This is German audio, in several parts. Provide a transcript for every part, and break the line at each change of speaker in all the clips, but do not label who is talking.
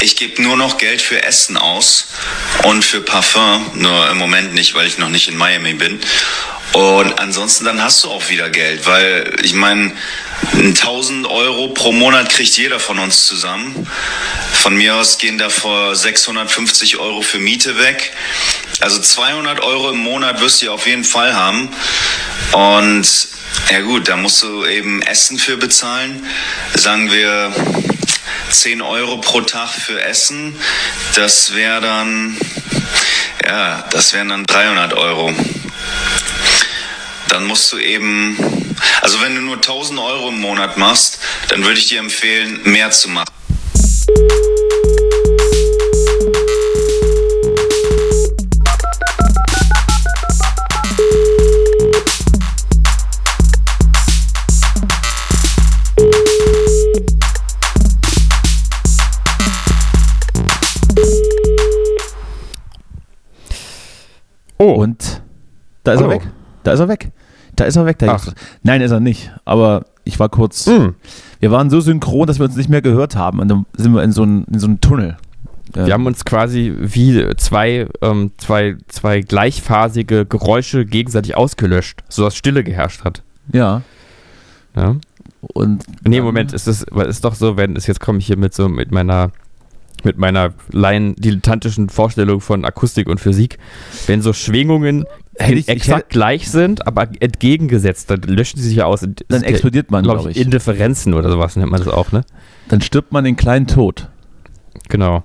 Ich gebe nur noch Geld für Essen aus und für Parfum, nur im Moment nicht, weil ich noch nicht in Miami bin. Und ansonsten dann hast du auch wieder Geld, weil ich meine, 1000 Euro pro Monat kriegt jeder von uns zusammen. Von mir aus gehen davor 650 Euro für Miete weg. Also 200 Euro im Monat wirst du auf jeden Fall haben. Und ja gut, da musst du eben Essen für bezahlen. Sagen wir 10 Euro pro Tag für Essen. Das wäre dann, ja, das wären dann 300 Euro dann musst du eben, also wenn du nur 1000 Euro im Monat machst, dann würde ich dir empfehlen, mehr zu machen.
Oh. Und da
Oh.
ist Hallo. er weg. Da ist er weg. Da ist er weg. Da Nein, ist er nicht. Aber ich war kurz.
Hm.
Mm. Wir waren so synchron, dass wir uns nicht mehr gehört haben. Und dann sind wir in so einen, in so einen Tunnel.
Wir ähm. haben uns quasi wie zwei, ähm, zwei, zwei gleichphasige Geräusche gegenseitig ausgelöscht, sodass Stille geherrscht hat.
Ja.
ja.
Und.
Nee, Moment, ist es ist doch so, wenn es jetzt komme ich hier mit so mit meiner mit meiner laien dilettantischen Vorstellung von Akustik und Physik, wenn so Schwingungen ich, exakt hätte, gleich sind, aber entgegengesetzt, dann löschen sie sich aus.
Dann explodiert man, glaube glaub ich.
Indifferenzen oder sowas nennt man das auch, ne?
Dann stirbt man den kleinen Tod.
Genau.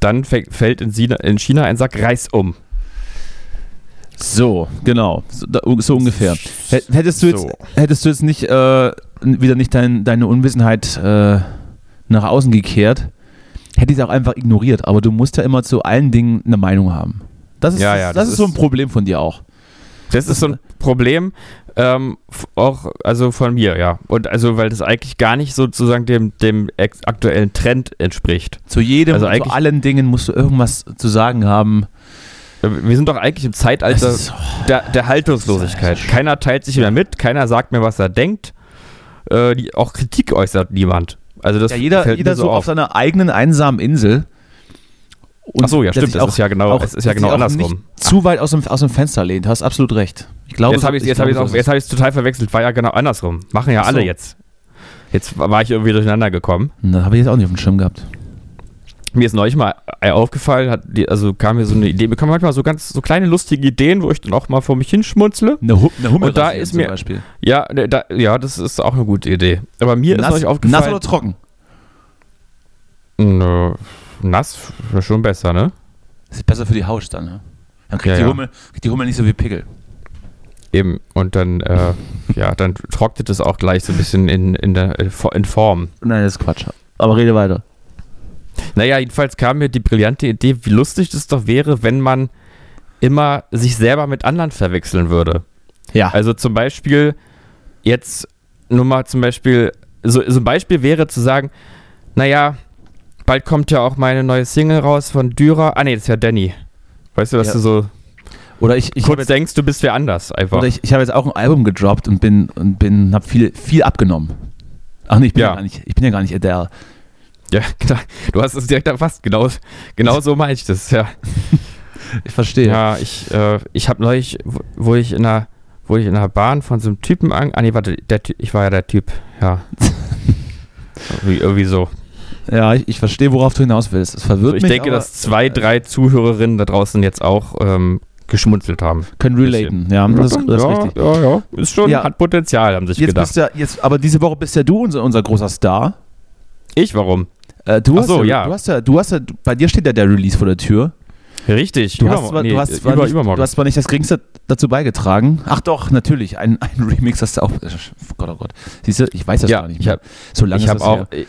Dann fällt in China, in China ein Sack Reis um.
So, genau. So, so ungefähr. Hättest du jetzt, so. hättest du jetzt nicht äh, wieder nicht dein, deine Unwissenheit äh, nach außen gekehrt, hätte ich es auch einfach ignoriert. Aber du musst ja immer zu allen Dingen eine Meinung haben. Das ist,
ja, ja,
das, das ist, ist so ein Problem von dir auch.
Das ist so ein Problem, ähm, auch also von mir, ja. Und also, weil das eigentlich gar nicht sozusagen dem, dem aktuellen Trend entspricht.
Zu jedem,
also zu
allen Dingen musst du irgendwas zu sagen haben.
Äh, Wir sind doch eigentlich im Zeitalter ist, oh, der, der, Haltungslosigkeit. Keiner teilt sich mehr mit, keiner sagt mir, was er denkt. Äh, die, auch Kritik äußert niemand. Also das
ja, jeder, jeder so auf. auf seiner eigenen einsamen Insel.
Und Ach so, ja, stimmt. Das ist ja genau, auch, es ist ja genau andersrum.
zu weit aus dem, aus dem Fenster lehnt. Du hast absolut recht.
Ich glaube, jetzt habe ich es hab hab so total verwechselt. War ja genau andersrum. Machen ja so. alle jetzt. Jetzt war ich irgendwie durcheinander gekommen.
Da habe ich jetzt auch nicht auf dem Schirm gehabt.
Mir ist neulich mal aufgefallen, hat, also kam mir so eine Idee, bekommen manchmal so ganz so kleine lustige Ideen, wo ich dann auch mal vor mich hinschmunzle.
Eine, Hu eine
Hummel Und da ist mir, Ja, ne, da, ja, das ist auch eine gute Idee. Aber mir
nass,
ist neulich aufgefallen.
Nass oder trocken?
Nö nass schon besser, ne?
Das ist besser für die Haut dann, ne? Dann kriegt, ja, die, ja. Hummel, kriegt die Hummel nicht so wie Pickel.
Eben, und dann, äh, ja, dann trocknet es auch gleich so ein bisschen in, in, der, äh, in Form.
Nein, das ist Quatsch. Aber rede weiter.
Naja, jedenfalls kam mir die brillante Idee, wie lustig das doch wäre, wenn man immer sich selber mit anderen verwechseln würde.
Ja.
Also zum Beispiel, jetzt nur mal zum Beispiel, so, so ein Beispiel wäre zu sagen, naja, Bald kommt ja auch meine neue Single raus von Dürer. Ah, nee, das ist ja Danny. Weißt du, dass ja. du so.
Oder ich, ich
kurz jetzt, denkst, du bist wer anders einfach.
Oder ich, ich habe jetzt auch ein Album gedroppt und bin und bin habe viel viel abgenommen. Ach nee, ich bin ja, ja gar nicht, ich bin ja gar nicht Adele.
Ja, klar. Du hast es direkt erfasst, genau, genau so meine ich das, ja.
ich verstehe.
Ja, ich, äh, ich habe neulich, wo ich in einer, wo ich in einer Bahn von so einem Typen an. Ah nee, warte, der, ich war ja der Typ, ja. irgendwie, irgendwie so.
Ja, ich, ich, verstehe, worauf du hinaus willst. Es verwirrt
also ich
mich. äh,
Ich denke, dass zwei, drei Zuhörerinnen da draußen jetzt auch ähm, geschmunzelt haben.
Können relaten, ja. Das, das ja, ist richtig.
Ja, ja. Ist schon, ja. hat Potenzial, haben sich
jetzt
gedacht.
Bist ja, jetzt, aber diese Woche bist ja du unser, unser großer Star.
Ich, warum?
Äh, du, hast so, ja, du hast ja, du hast ja, bei dir steht ja der Release vor der Tür.
Richtig, äh,
du, über, hast, zwar, nee, du, hast, zwar über, nicht, übermorgen. du hast zwar nicht das geringste dazu beigetragen. Ach doch, natürlich, ein, ein Remix hast du auch. Oh Gott, oh Gott. Siehst du, ich weiß das gar nicht mehr.
Ich hab, so lange ich ist das auch, her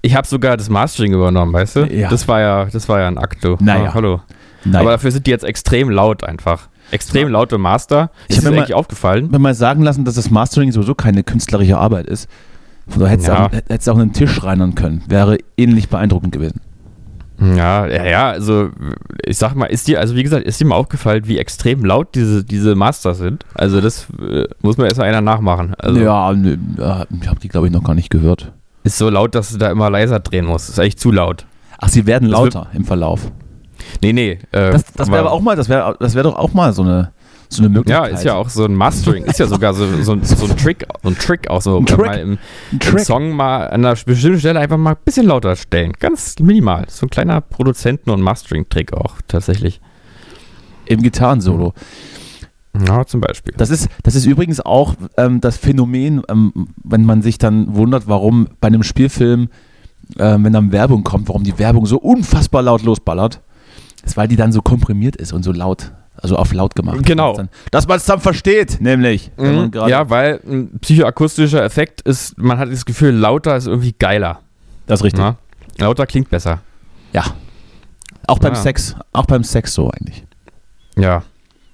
ich habe sogar das Mastering übernommen, weißt du?
Ja.
Das war ja, das war ja ein Akto.
Naja.
Ah, hallo. Naja. Aber dafür sind die jetzt extrem laut einfach. Extrem laute Master.
Ich habe mir
eigentlich aufgefallen.
Mir mal sagen lassen, dass das Mastering sowieso keine künstlerische Arbeit ist. Von daher hättest du ja. hättest auch einen Tisch reinern können. Wäre ähnlich beeindruckend gewesen.
Ja, ja, ja, also ich sag mal, ist dir, also wie gesagt, ist dir mal aufgefallen, wie extrem laut diese, diese Masters sind? Also das äh, muss man erstmal einer nachmachen. Also.
Ja, ich habe die, glaube ich, noch gar nicht gehört.
Ist so laut, dass du da immer leiser drehen musst. Ist eigentlich zu laut.
Ach, sie werden lauter im Verlauf.
Nee, nee. Äh,
Das, das wäre aber auch mal, das wäre das wär doch auch mal so eine, so eine
Ja,
Möglichkeit.
ist ja auch so ein Mastering, ist ja sogar so, so, ein- so ein Trick, so ein Trick auch so.
Ein Trick.
Mal im,
Ein
im
Trick.
Song mal an einer bestimmten Stelle einfach mal ein bisschen lauter stellen. Ganz minimal. So ein kleiner Produzenten- und Mastering-Trick auch tatsächlich.
im Gitarrensolo.
Ja, zum Beispiel.
Das ist, das ist übrigens auch ähm, das Phänomen, ähm, wenn man sich dann wundert, warum bei einem Spielfilm, ähm, wenn dann Werbung kommt, warum die Werbung so unfassbar laut losballert. Das ist, weil die dann so komprimiert ist und so laut, also auf laut gemacht.
Genau.
Dann, dass man es dann versteht, nämlich. wenn man
Mhm.
gerade-
Ja, weil ein psychoakustischer Effekt ist, man hat das Gefühl, lauter ist irgendwie geiler.
das ist richtig.
Ne? Lauter klingt besser.
Ja. Auch beim
Ah.
Sex, auch beim Sex so eigentlich.
Ja.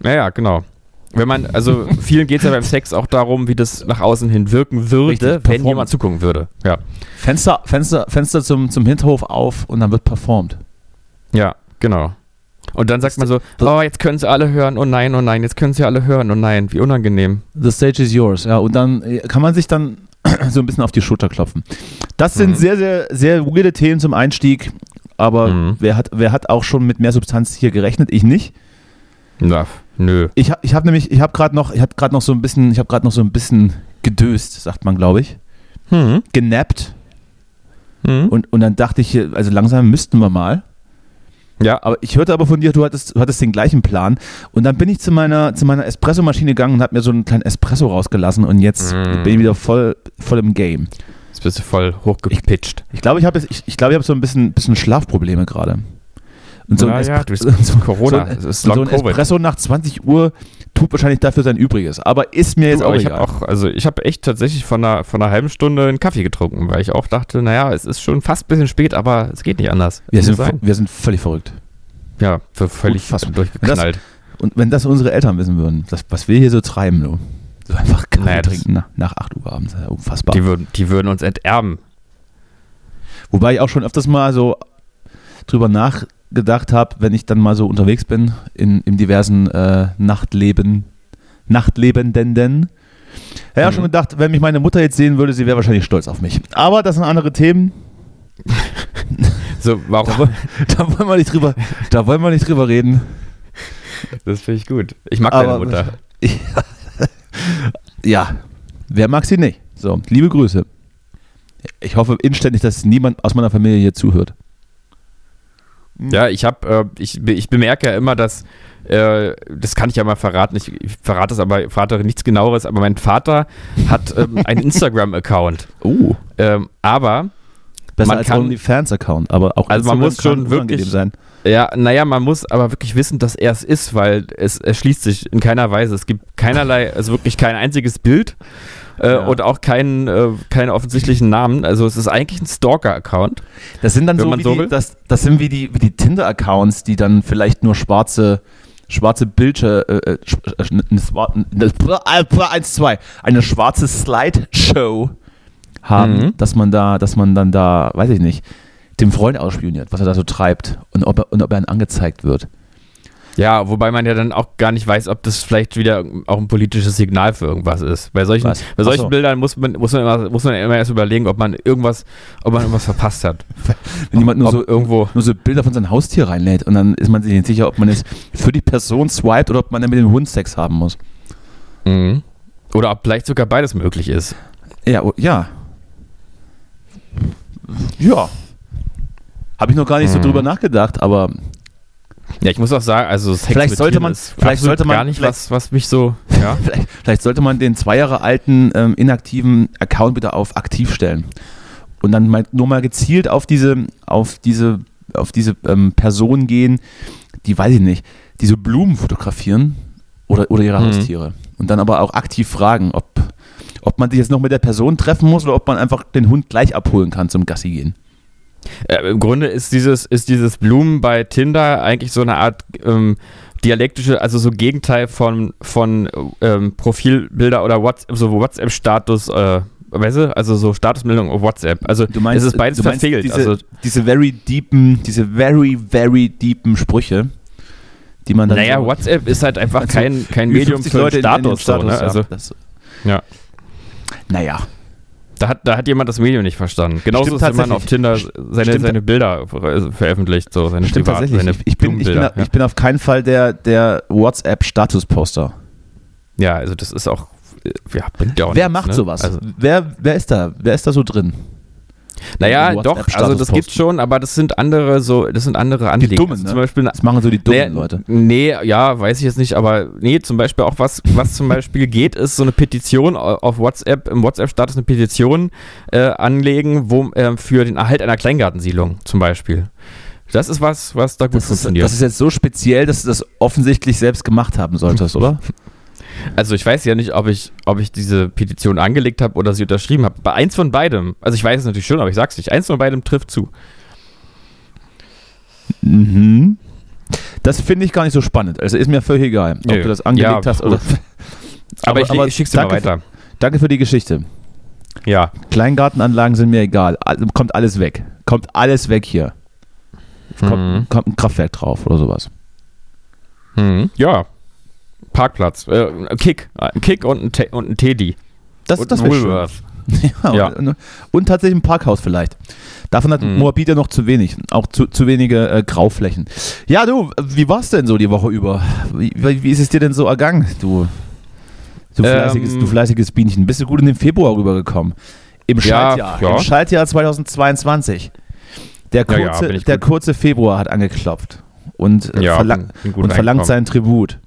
Naja, genau. Wenn man, also vielen geht es ja beim Sex auch darum, wie das nach außen hin wirken würde,
Richtig,
wenn
performen.
jemand zugucken würde. Ja.
Fenster, Fenster, Fenster zum, zum Hinterhof auf und dann wird performt.
Ja, genau. Und dann sagt man so, oh, jetzt können sie alle hören, oh nein, oh nein, jetzt können sie alle hören, oh nein, wie unangenehm.
The stage is yours, ja. Und dann äh, kann man sich dann so ein bisschen auf die Schulter klopfen. Das sind
Mhm.
sehr, sehr, sehr weirde Themen zum Einstieg, aber
Mhm.
wer, hat, wer hat auch schon mit mehr Substanz hier gerechnet? Ich nicht.
Na, nö.
Ich, ha- ich habe nämlich, ich habe gerade noch, ich habe gerade noch so ein bisschen, ich habe gerade noch so ein bisschen gedöst, sagt man, glaube ich.
Hm.
Genappt.
Hm.
Und, und dann dachte ich, hier, also langsam müssten wir mal.
Ja,
Aber ich hörte aber von dir, du hattest, du hattest den gleichen Plan. Und dann bin ich zu meiner, zu meiner Espressomaschine gegangen und habe mir so einen kleinen Espresso rausgelassen und jetzt
Mm.
bin ich wieder voll, voll im Game.
jetzt bist du voll hochgepitcht.
Ich glaube, ich habe jetzt- ich, ich glaube, ich habe so ein bisschen, bisschen Schlafprobleme gerade. Und so ein,
Na ja,
Espre-
du bist
so,
Corona,
so ein,
es ist
so ein
Long Covid.
Espresso nach 20 Uhr tut wahrscheinlich dafür sein Übriges. Aber ist mir jetzt
Du,
auch
aber ich
egal.
habe auch, also ich habe echt tatsächlich von einer, von einer halben Stunde einen Kaffee getrunken, weil ich auch dachte, naja, es ist schon fast ein bisschen spät, aber es geht nicht anders.
wir,
Muss
sind,
sein.
wir sind völlig verrückt.
ja für völlig
Unfassbar.
durchgeknallt.
Und wenn das unsere Eltern wissen würden, das, was wir hier so treiben, du. So einfach Kaffee
Naja, das-
trinken nach, nach 8 Uhr abends. Ja, Unfassbar.
Die würden, die würden uns enterben.
Wobei ich auch schon öfters mal so drüber nachgedacht habe, wenn ich dann mal so unterwegs bin in, im diversen äh, Nachtleben, Nachtlebendenden. Ja, ich auch
Mhm.
schon gedacht, wenn mich meine Mutter jetzt sehen würde, sie wäre wahrscheinlich stolz auf mich. Aber das sind andere Themen,
So, warum?
da wollen wir nicht drüber, da wollen wir nicht drüber reden.
Das finde ich gut. Ich mag deine
Aber-
Mutter.
Ja, wer mag sie nicht? So, liebe Grüße. Ich hoffe inständig, dass niemand aus meiner Familie hier zuhört.
Ja, ich habe, äh, ich, be- ich bemerke ja immer, dass, äh, das kann ich ja mal verraten, ich, ich verrate es aber, verrate nichts genaueres, aber mein Vater hat ähm, einen Instagram-Account.
Oh,
Ähm, aber,
besser
Man
als
kann-
OnlyFans-Account, aber auch
Also man muss
Instagram kann
schon wirklich-
unangenehm sein.
ja, naja, man muss aber wirklich wissen, dass er es ist, weil es erschließt sich in keiner Weise. Es gibt keinerlei, also wirklich kein einziges Bild äh,
Ja.
und auch keinen, äh, keinen offensichtlichen Namen. Also es ist eigentlich ein Stalker-Account.
Das sind dann
Wenn
so,
man
wie
so will.
die, das, das sind wie die, wie die Tinder-Accounts, die dann vielleicht nur schwarze, schwarze Bildschirme, äh, äh, sch- äh, sch- eine schwar- eine- äh, äh, eins, zwei, eine schwarze Slideshow haben,
Mhm.
dass man da, dass man dann da, weiß ich nicht, dem Freund ausspioniert, was er da so treibt und ob er, und ob er dann angezeigt wird.
Ja, wobei man ja dann auch gar nicht weiß, ob das vielleicht wieder auch ein politisches Signal für irgendwas ist. Bei solchen,
Was?
bei solchen
Ach so.
Bildern muss man, muss, man immer, muss man immer erst überlegen, ob man irgendwas, ob man irgendwas verpasst hat.
Wenn jemand nur
ob
so,
irgendwo.
nur so Bilder von seinem Haustier reinlädt und dann ist man sich nicht sicher, ob man es für die Person swiped oder ob man dann mit dem Hund Sex haben muss.
Mhm. Oder ob vielleicht sogar beides möglich ist.
Ja, o- ja. Ja. Habe ich noch gar nicht so
Mhm.
drüber nachgedacht, aber
Ja, ich muss auch sagen, also Sex
Vielleicht
mit
sollte
Tieren
man-
ist
vielleicht
absolut
sollte man-
gar nicht
vielleicht-
was, was mich so. Ja.
vielleicht, vielleicht sollte man den zwei Jahre alten ähm, inaktiven Account wieder auf aktiv stellen. Und dann mal, nur mal gezielt auf diese, auf diese, auf diese ähm, Personen gehen, die, weiß ich nicht, diese Blumen fotografieren oder, oder ihre
Mhm.
Haustiere. Und dann aber auch aktiv fragen, ob, ob man sich jetzt noch mit der Person treffen muss oder ob man einfach den Hund gleich abholen kann zum Gassi gehen.
Äh, Im Grunde ist dieses, ist dieses Blumen bei Tinder eigentlich so eine Art ähm, dialektische, also so Gegenteil von, von ähm, Profilbilder oder WhatsApp, so WhatsApp-Status, äh, weißt du, also so Statusmeldung auf WhatsApp. Also
Du meinst-
es ist beides
du meinst
verfehlt.
diese-
also,
diese very deepen, diese very, very deepen Sprüche, die man dann.
naja,
so-
WhatsApp ist halt einfach
Also,
kein, kein Medium
50
für ne?
Leute
einen
in- in den
Status. so, ne?
ja,
also,
das,
ja.
Naja,
Da hat, da hat jemand das Medium nicht verstanden. Genauso
Stimmt
ist man
tatsächlich.
auf Tinder seine,
Stimmt.
seine Bilder ver- veröffentlicht, so seine
Stimmt
privaten,
tatsächlich.
seine
Ich, ich, bin, ich, bin,
Blumenbilder.
ich bin auf keinen Fall der, der WhatsApp-Status-Poster.
ja. ja, also das ist auch, äh, ja, bringt ja auch
Wer
nichts,
macht
ne?
sowas?
Also,
wer, wer ist da? Wer ist da so drin?
naja,
WhatsApp
doch, also das
Statusposten.
gibt schon, aber das sind andere so, das sind andere Anliegen.
Dummen,
also
ne?
Zum Beispiel eine
Das machen so die dummen
nee,
Leute.
Nee, ja, weiß ich jetzt nicht, aber nee, zum Beispiel auch was, was zum Beispiel geht, ist so eine Petition au- auf WhatsApp, im WhatsApp-Status eine Petition äh, anlegen, wo, ähm, für den Erhalt einer Kleingartensiedlung zum Beispiel. Das ist was, was da gut
Das ist,
funktioniert.
das ist jetzt so speziell, dass du das offensichtlich selbst gemacht haben solltest, oder?
also ich weiß ja nicht, ob ich, ob ich diese Petition angelegt habe oder sie unterschrieben habe. Bei eins von beidem, also ich weiß es natürlich schon, aber ich sag's nicht, eins von beidem trifft zu.
Mhm. Das finde ich gar nicht so spannend. Also ist mir völlig egal, ob
Nö.
du das angelegt
Ja,
hast oder.
Aber, ich,
aber
ich schick's dir mal
danke
weiter.
Danke für die Geschichte.
Ja.
Kleingartenanlagen sind mir egal. Also Kommt alles weg. Kommt alles weg hier. Kommt,
Mhm.
kommt ein Kraftwerk drauf oder sowas.
Mhm. Ja. Parkplatz. Äh, ein Kick. Ein Kick und ein, Te und ein Teddy.
Das,
und
das
ein
wäre schön.
Woolworth.
Ja,
Ja.
Und, und tatsächlich ein Parkhaus vielleicht. Davon hat
Mhm.
Moabit ja noch zu wenig, auch zu, zu wenige äh, Grauflächen. Ja, du, wie war's denn so die Woche über? Wie, wie wie ist es dir denn so ergangen, du, du,
Ähm.
fleißiges, du fleißiges Bienchen? Bist du gut in den Februar rübergekommen? Im
Ja,
Schaltjahr,
ja.
im Schaltjahr 2022. Der
Ja,
kurze,
ja, bin ich
der
gut.
kurze Februar hat angeklopft und, äh, verlang
bin- bin gut
und verlangt
reingekommen.
seinen Tribut.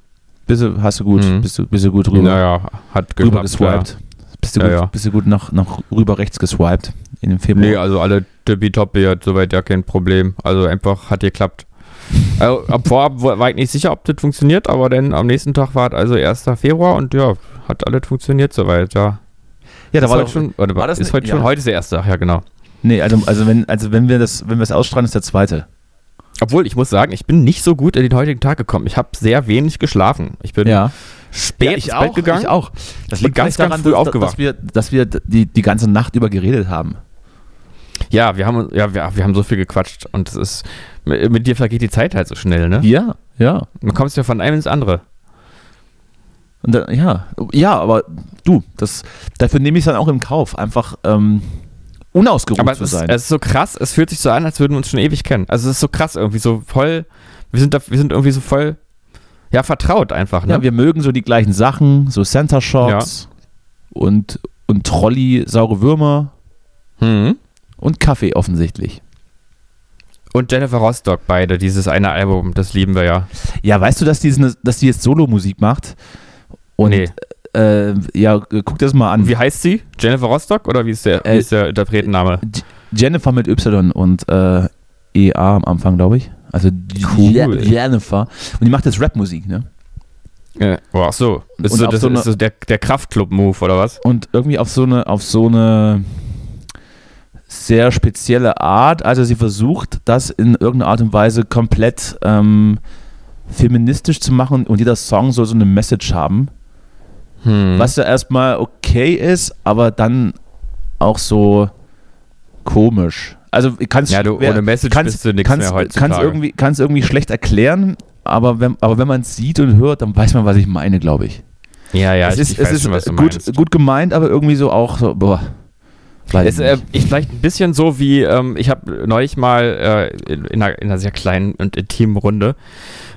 Bist du, hast du gut,
Mhm.
bist, du, bist du gut rüber?
Naja, hat
rüber
geklappt, ja.
geswiped. Bist du
Ja,
gut,
ja.
Bist du gut nach, nach rüber rechts geswiped in dem Februar?
Nee, also alle tippitoppi hat soweit ja kein Problem. Also einfach hat geklappt. Also, ab vorab war war ich nicht sicher, ob das funktioniert, aber dann am nächsten Tag war es also 1. Februar und ja, hat alles funktioniert soweit, ja.
ja, da
Ist
war
heute
doch,
schon, warte,
war
war das
das nicht-
ist heute schon,
ja.
heute ist der erste Tag, ja genau.
Nee, also, also wenn, also wenn wir das, wenn wir es ausstrahlen, ist der zweite.
Obwohl, ich muss sagen, ich bin nicht so gut in den heutigen Tag gekommen. Ich habe sehr wenig geschlafen. Ich bin spät ins Bett gegangen.
Ich auch. Das
bin
liegt ganz, ganz früh aufgewacht. Dass wir, dass wir die, die ganze Nacht über geredet haben.
Ja, wir haben, ja wir, wir haben so viel gequatscht und es ist, mit mit dir vergeht die Zeit halt so schnell, ne?
Ja, ja.
Du kommst ja von einem ins andere.
Und dann, ja, ja, aber du, das, dafür nehme ich es dann auch in Kauf, einfach ähm, unausgeruht
Aber es
zu
ist,
sein.
es ist so krass, es fühlt sich so an, als würden wir uns schon ewig kennen. Also es ist so krass irgendwie, so voll, wir sind, da, wir sind irgendwie so voll, ja, vertraut einfach, ne?
Ja, wir mögen so die gleichen Sachen, so Center Shocks und, und Trolli, saure Würmer Hm?
mhm.
und Kaffee offensichtlich.
Und Jennifer Rostock beide, dieses eine Album, das lieben wir ja.
Ja, weißt du, dass die, dass die jetzt Solo-Musik macht? Und
Nee.
äh, ja, guck das mal an.
Wie heißt sie? Jennifer Rostock oder wie ist der,
Äh,
wie ist der Interpretenname?
Jennifer mit Y und äh, EA am Anfang, glaube ich. Also
Cool.
Je- Jennifer. Und die macht jetzt Rap-Musik, ne?
Äh, oh, ach so, ist
und
so,
auf
das
so eine-
ist so der, der Kraftclub-Move oder was?
Und irgendwie auf so eine, auf so eine sehr spezielle Art. Also sie versucht, das in irgendeiner Art und Weise komplett ähm, feministisch zu machen und jeder Song soll so eine Message haben.
Hm.
Was ja erstmal okay ist, aber dann auch so komisch. Also kannst
Ja, du,
wer-
ohne Message
kannst,
bist du nix
kannst,
mehr heutzutage.
kannst irgendwie kannst irgendwie schlecht erklären, aber wenn aber wenn man es sieht und hört, dann weiß man, was ich meine, glaube ich.
Ja, ja,
es
ich,
ist
ich
es
weiß
ist
schon, was du
gut
meinst.
gut gemeint, aber irgendwie so auch so boah. Weiß
Es,
ich
äh,
nicht.
ich vielleicht ein bisschen so wie, ähm, ich habe neulich mal äh, in, in, einer, in einer sehr kleinen und intimen Runde,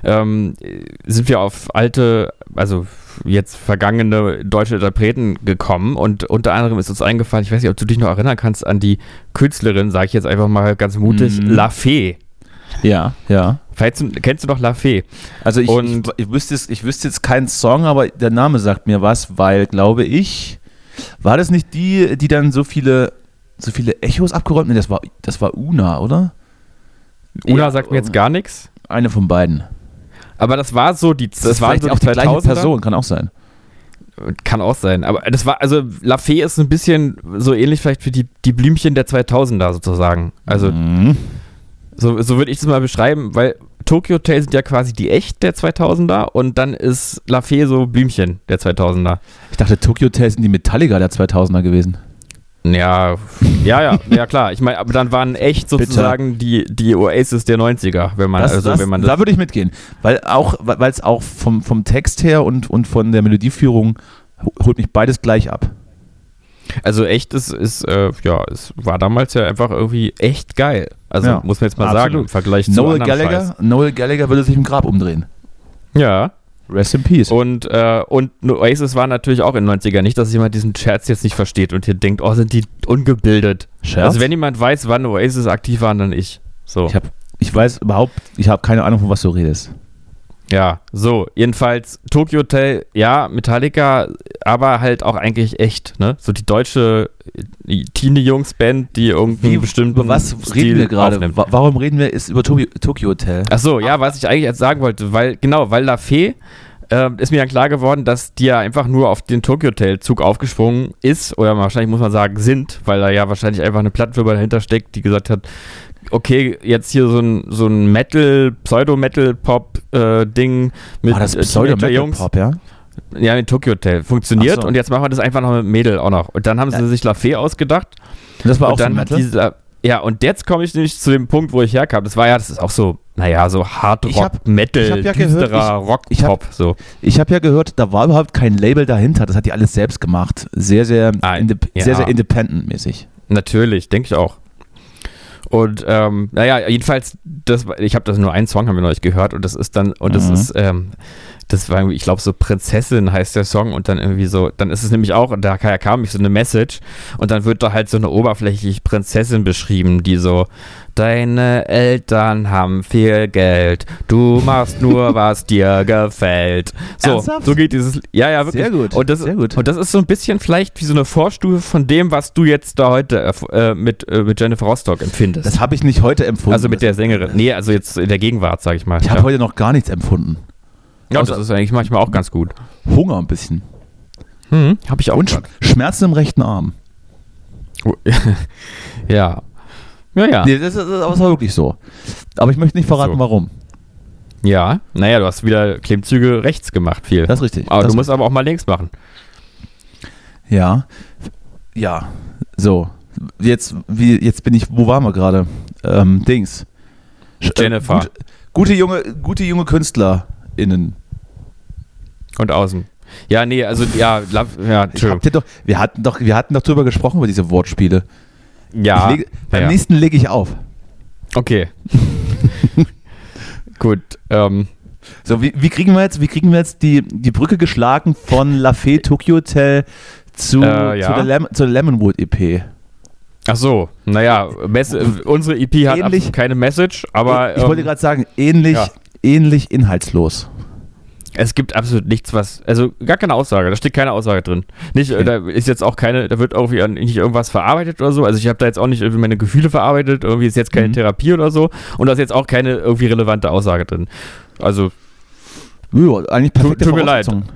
ähm, äh, sind wir auf alte, also jetzt vergangene deutsche Interpreten gekommen und unter anderem ist uns eingefallen, ich weiß nicht, ob du dich noch erinnern kannst, an die Künstlerin, sage ich jetzt einfach mal ganz mutig,
Mhm.
La Fee.
ja, ja.
Vielleicht zum- kennst du doch La Fee.
Also ich,
Und-
ich, ich, wüsste jetzt, ich wüsste jetzt keinen Song, aber der Name sagt mir was, weil glaube ich, war das nicht die, die dann so viele, so viele Echos abgeräumt hat? Das war, das war Una, oder?
Una
Ja,
sagt mir jetzt gar nichts.
Eine von beiden.
Aber das war so die, das, waren
vielleicht
so
auch die gleiche
2000er.
Person, kann auch sein.
Kann auch sein. Aber das war, also La Fee ist ein bisschen so ähnlich vielleicht wie die, die Blümchen der 2000er sozusagen. Also
Mhm.
so, so würde ich das mal beschreiben, weil Tokyo Hotel sind ja quasi die echt der 2000er und dann ist La Fee so Blümchen der 2000er.
Ich dachte, Tokyo Hotel sind die Metallica der 2000er gewesen.
Ja, ja, ja, ja klar. Ich meine, aber dann waren echt sozusagen die, die Oasis der 90er, wenn man,
Das-
also
das-
wenn man das,
da würde ich mitgehen. Weil auch, weil es auch vom, vom Text her und, und von der Melodieführung ho- holt mich beides gleich ab.
Also echt, es ist, äh, ja, es war damals ja einfach irgendwie echt geil. Also
Ja.
muss man jetzt mal sagen,
Absolut.
im Vergleich zu
Noel
anderen
Gallagher,
Scheiß.
Noel Gallagher würde sich im Grab umdrehen.
Ja.
Rest in Peace.
Und, äh, und Oasis war natürlich auch in den 90ern. Nicht, dass jemand diesen Scherz jetzt nicht versteht und hier denkt, oh, sind die ungebildet.
Scherz?
Also wenn jemand weiß, wann Oasis aktiv waren, dann ich. So.
ich, hab, ich weiß überhaupt, ich habe keine Ahnung, von was du redest.
Ja, so, jedenfalls Tokyo Hotel, ja, Metallica, aber halt auch eigentlich echt, ne? So die deutsche äh, Teenie-Jungs-Band, die irgendeinen bestimmten
über was
Stil
reden wir gerade?
aufnimmt. Äh,
Wa- Warum reden wir jetzt über Tobi, Tokyo Hotel?
Ach so, ja, was ich eigentlich jetzt sagen wollte, weil, genau, weil Lafay äh, ist mir dann klar geworden, dass die ja einfach nur auf den Tokyo Hotel-Zug aufgesprungen ist, oder wahrscheinlich muss man sagen, sind, weil da ja wahrscheinlich einfach eine Plattenfirma dahinter steckt, die gesagt hat, okay, jetzt hier so ein, so ein Metal, Pseudo-Metal-Pop-Ding mit
Ah, das
äh, Teenager-Jungs.
Pseudo-Metal-Pop, ja?
Ja, mit Tokyo Hotel. Funktioniert
Ach so.
und jetzt machen wir das einfach noch mit Mädel auch noch. Und dann haben sie
Ja.
sich Lafay ausgedacht.
Und das war auch
und dann
so
hat
Metal?
dieser. Ja, und jetzt komme ich nämlich zu dem Punkt, wo ich herkam. Das war ja, das ist auch so, naja, so Hard
Ich
Rock,
hab-
Metal,
ich hab ja
düsterer
gehört, ich-
Rock,
ich hab-
Pop, so.
Ich habe ja gehört, da war überhaupt kein Label dahinter. Das hat die alles selbst gemacht. Sehr, sehr,
Ah,
indep-
ja.
sehr, sehr independent-mäßig.
Natürlich, denke ich auch. Und ähm, naja, jedenfalls, das, war- ich habe das nur einen Song haben wir neulich gehört und das ist dann und das
Mhm.
ist, ähm, das war irgendwie, ich glaube so Prinzessin heißt der Song und dann irgendwie so, dann ist es nämlich auch und da ka- kam ich so eine Message und dann wird da halt so eine oberflächlich Prinzessin beschrieben, die so Deine Eltern haben viel Geld, du machst nur was dir gefällt. So,
Ernsthaft?
so geht dieses, ja ja wirklich.
Sehr gut,
Und das,
sehr gut.
und das ist so ein bisschen vielleicht wie so eine Vorstufe von dem, was du jetzt da heute äh, mit, äh, mit Jennifer Rostock empfindest.
Das habe ich nicht heute empfunden.
also mit der Sängerin. Nee, also jetzt in der Gegenwart, sag ich mal.
ich habe
ja.
heute noch gar nichts empfunden.
ja, das
außer-
ist eigentlich manchmal auch ganz gut.
Hunger ein bisschen.
Hm, hab ich auch.
Und Sch
grad. Oh,
Schmerzen im rechten Arm.
ja. Ja, ja.
Nee, das ist, das ist aber wirklich so. Aber ich möchte nicht verraten,
Ah. So.
warum.
Ja. Naja, du hast wieder Klimmzüge rechts gemacht viel.
Das ist richtig.
aber
das
du musst aber auch mal links machen.
Ja. Ja. So. Jetzt, wie, jetzt bin ich, wo waren wir gerade? Ähm, Dings. Sch- äh,
Jennifer.
gut, gute, junge, gute junge KünstlerInnen.
Und außen. Ja, nee, also ja, la- ja,
Ich hab dir doch, wir, hatten doch, wir hatten doch drüber gesprochen, über diese Wortspiele.
ja.
Ich lege, beim
ja.
nächsten lege ich auf.
Okay. gut. Ähm,
So, wie, wie, kriegen wir jetzt, wie kriegen wir jetzt die, die Brücke geschlagen von La Fée Tokyo Hotel zu,
Äh, ja.
zu der, Lem zur Lemonwood E EP?
Ach so, naja, Mess unsere EP hat
Ähnlich-
absolut keine Message, aber
ich, ich wollte
ähm,
gerade sagen, ähnlich,
ja.
ähnlich inhaltslos.
es gibt absolut nichts, was, also gar keine Aussage, da steht keine Aussage drin. Nicht, äh, da ist jetzt auch keine, da wird irgendwie an- nicht irgendwas verarbeitet oder so, also ich habe da jetzt auch nicht irgendwie meine Gefühle verarbeitet, irgendwie ist jetzt keine
Mhm.
Therapie oder so und da ist jetzt auch keine irgendwie relevante Aussage drin. Also
Ja, eigentlich perfekte
tut mir leid.
Voraussetzung.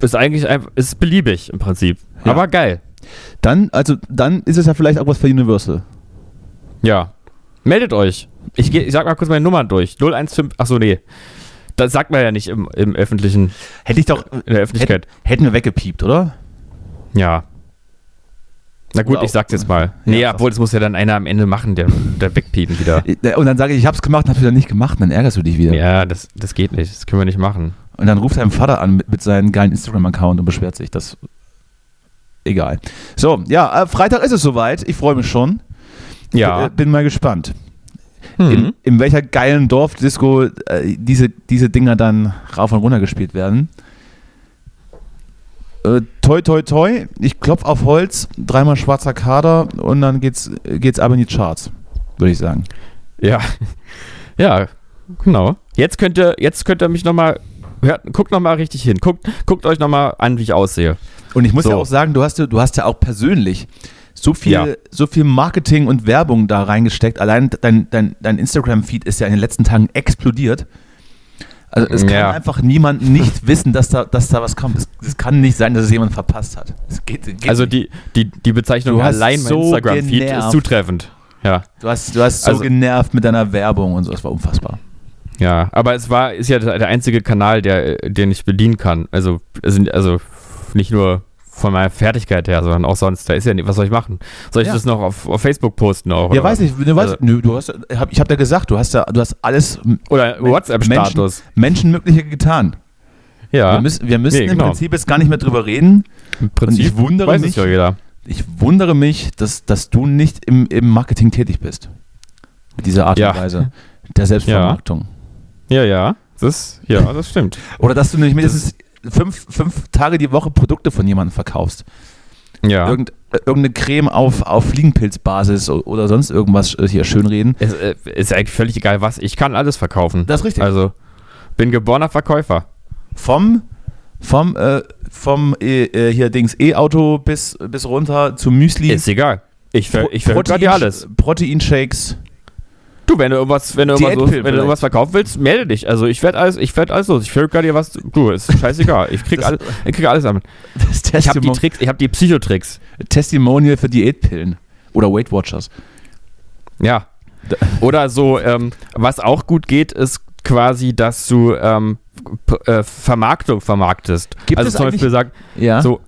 ist eigentlich einfach, ist beliebig im Prinzip,
Ja.
aber geil,
Dann, also, dann ist es ja vielleicht auch was für Universal.
ja. Meldet euch. Ich, geh, ich sag mal kurz meine Nummern durch. 015, ach so, nee. Das sagt man ja nicht im, im öffentlichen,
Hätte ich doch. äh,
in der Öffentlichkeit.
hätten wir weggepiept, oder?
Ja. Na gut,
Oder
ich
auch-
sag's jetzt mal. Nee,
Ja,
obwohl, das muss ja dann einer am Ende machen, der, der wegpiepen wieder.
Äh, Und dann sage ich, ich hab's gemacht, hab's wieder nicht gemacht, und dann ärgerst du dich wieder.
Ja, das, das geht nicht. Das können wir nicht machen.
Und dann ruft dein Vater an mit, mit seinem geilen Instagram-Account und beschwert sich, das. Egal. So, ja, äh, Freitag ist es soweit. Ich freue mich schon.
Ja.
Äh, Bin mal gespannt. In,
Hm.
in welcher geilen Dorfdisco äh, diese, diese Dinger dann rauf und runter gespielt werden. Äh, toi, toi, toi. Ich klopf auf Holz, dreimal schwarzer Kader und dann geht's, geht's ab in die Charts, würde ich sagen.
Ja. Ja, genau. Jetzt könnt ihr, jetzt könnt ihr mich nochmal. Hört, guckt nochmal richtig hin. Guckt, guckt euch nochmal an, wie ich aussehe.
Und ich muss
So.
ja auch sagen, du hast, ja- du hast ja auch persönlich so viel,
Ja.
so viel Marketing und Werbung da reingesteckt. Allein dein, dein, dein Instagram-Feed ist ja in den letzten Tagen explodiert. Also es kann
Ja.
einfach niemand nicht wissen, dass da, dass da was kommt. Es, es kann nicht sein, dass es jemand verpasst hat. Es geht, geht
Also
nicht.
die, die, die Bezeichnung
Du hast
allein mein
so
Instagram-Feed ist
genervt.
zutreffend. Ja.
du hast, du hast so
also-
genervt mit deiner Werbung und so. Das war unfassbar.
Ja, aber es war, ist ja der der einzige Kanal, der, äh, den ich bedienen kann. Also, also, also nicht nur von meiner Fertigkeit her, sondern auch sonst. Da ist ja nicht, was soll ich machen? Soll ich
Ja.
das noch auf, auf Facebook posten auch?
ja, weiß
was?
ich. Du weißt,
Also-
nö, du hast, hab, ich habe ja gesagt, du hast ja, du hast alles m-
Oder
Menschen,
WhatsApp-Status.
Menschenmögliche getan.
Ja,
Wir müssen, wir müssen
Nee,
im
genau.
Prinzip jetzt gar nicht mehr drüber reden.
im Prinzip
und ich wundere
weiß
mich-
es ja jeder.
ich wundere mich, dass, dass du nicht im, im Marketing tätig bist. Mit dieser Art und
Ja.
Weise der Selbstvermarktung.
Ja, ja. Das, ja, das stimmt.
Oder dass du nicht mindestens fünf, fünf Tage die Woche Produkte von jemandem verkaufst.
Ja.
Irgend, äh, irgendeine Creme auf, auf Fliegenpilzbasis o- oder sonst irgendwas äh, hier schönreden.
Es, äh, ist eigentlich völlig egal, was. Ich kann alles verkaufen.
Das ist richtig.
Also, bin geborener Verkäufer.
Vom, vom, äh, vom äh, äh, hier Dings E-Auto bis, bis runter zu Müsli.
Ist egal. Ich, ver ich
Protein-
verkaufe dir alles.
Proteinshakes.
Du, wenn du irgendwas, wenn du irgendwas, los,
Diätpillen
wenn du irgendwas verkaufen willst, melde dich. Also ich werde alles, ich werde alles los. Ich verkaufe dir was. Du, ist scheißegal. Ich krieg
Das-
alles, ich krieg alles an.
Das
Ich habe die
Testimo
Tricks, ich habe die Psychotricks.
Testimonial für Diätpillen. Oder Weight Watchers.
Ja. Oder so, ähm, was auch gut geht, ist quasi, dass du ähm, p- äh, Vermarktung vermarktest.
Gibt
also
es
zum
eigentlich-
Beispiel sagen,
Ja.
So,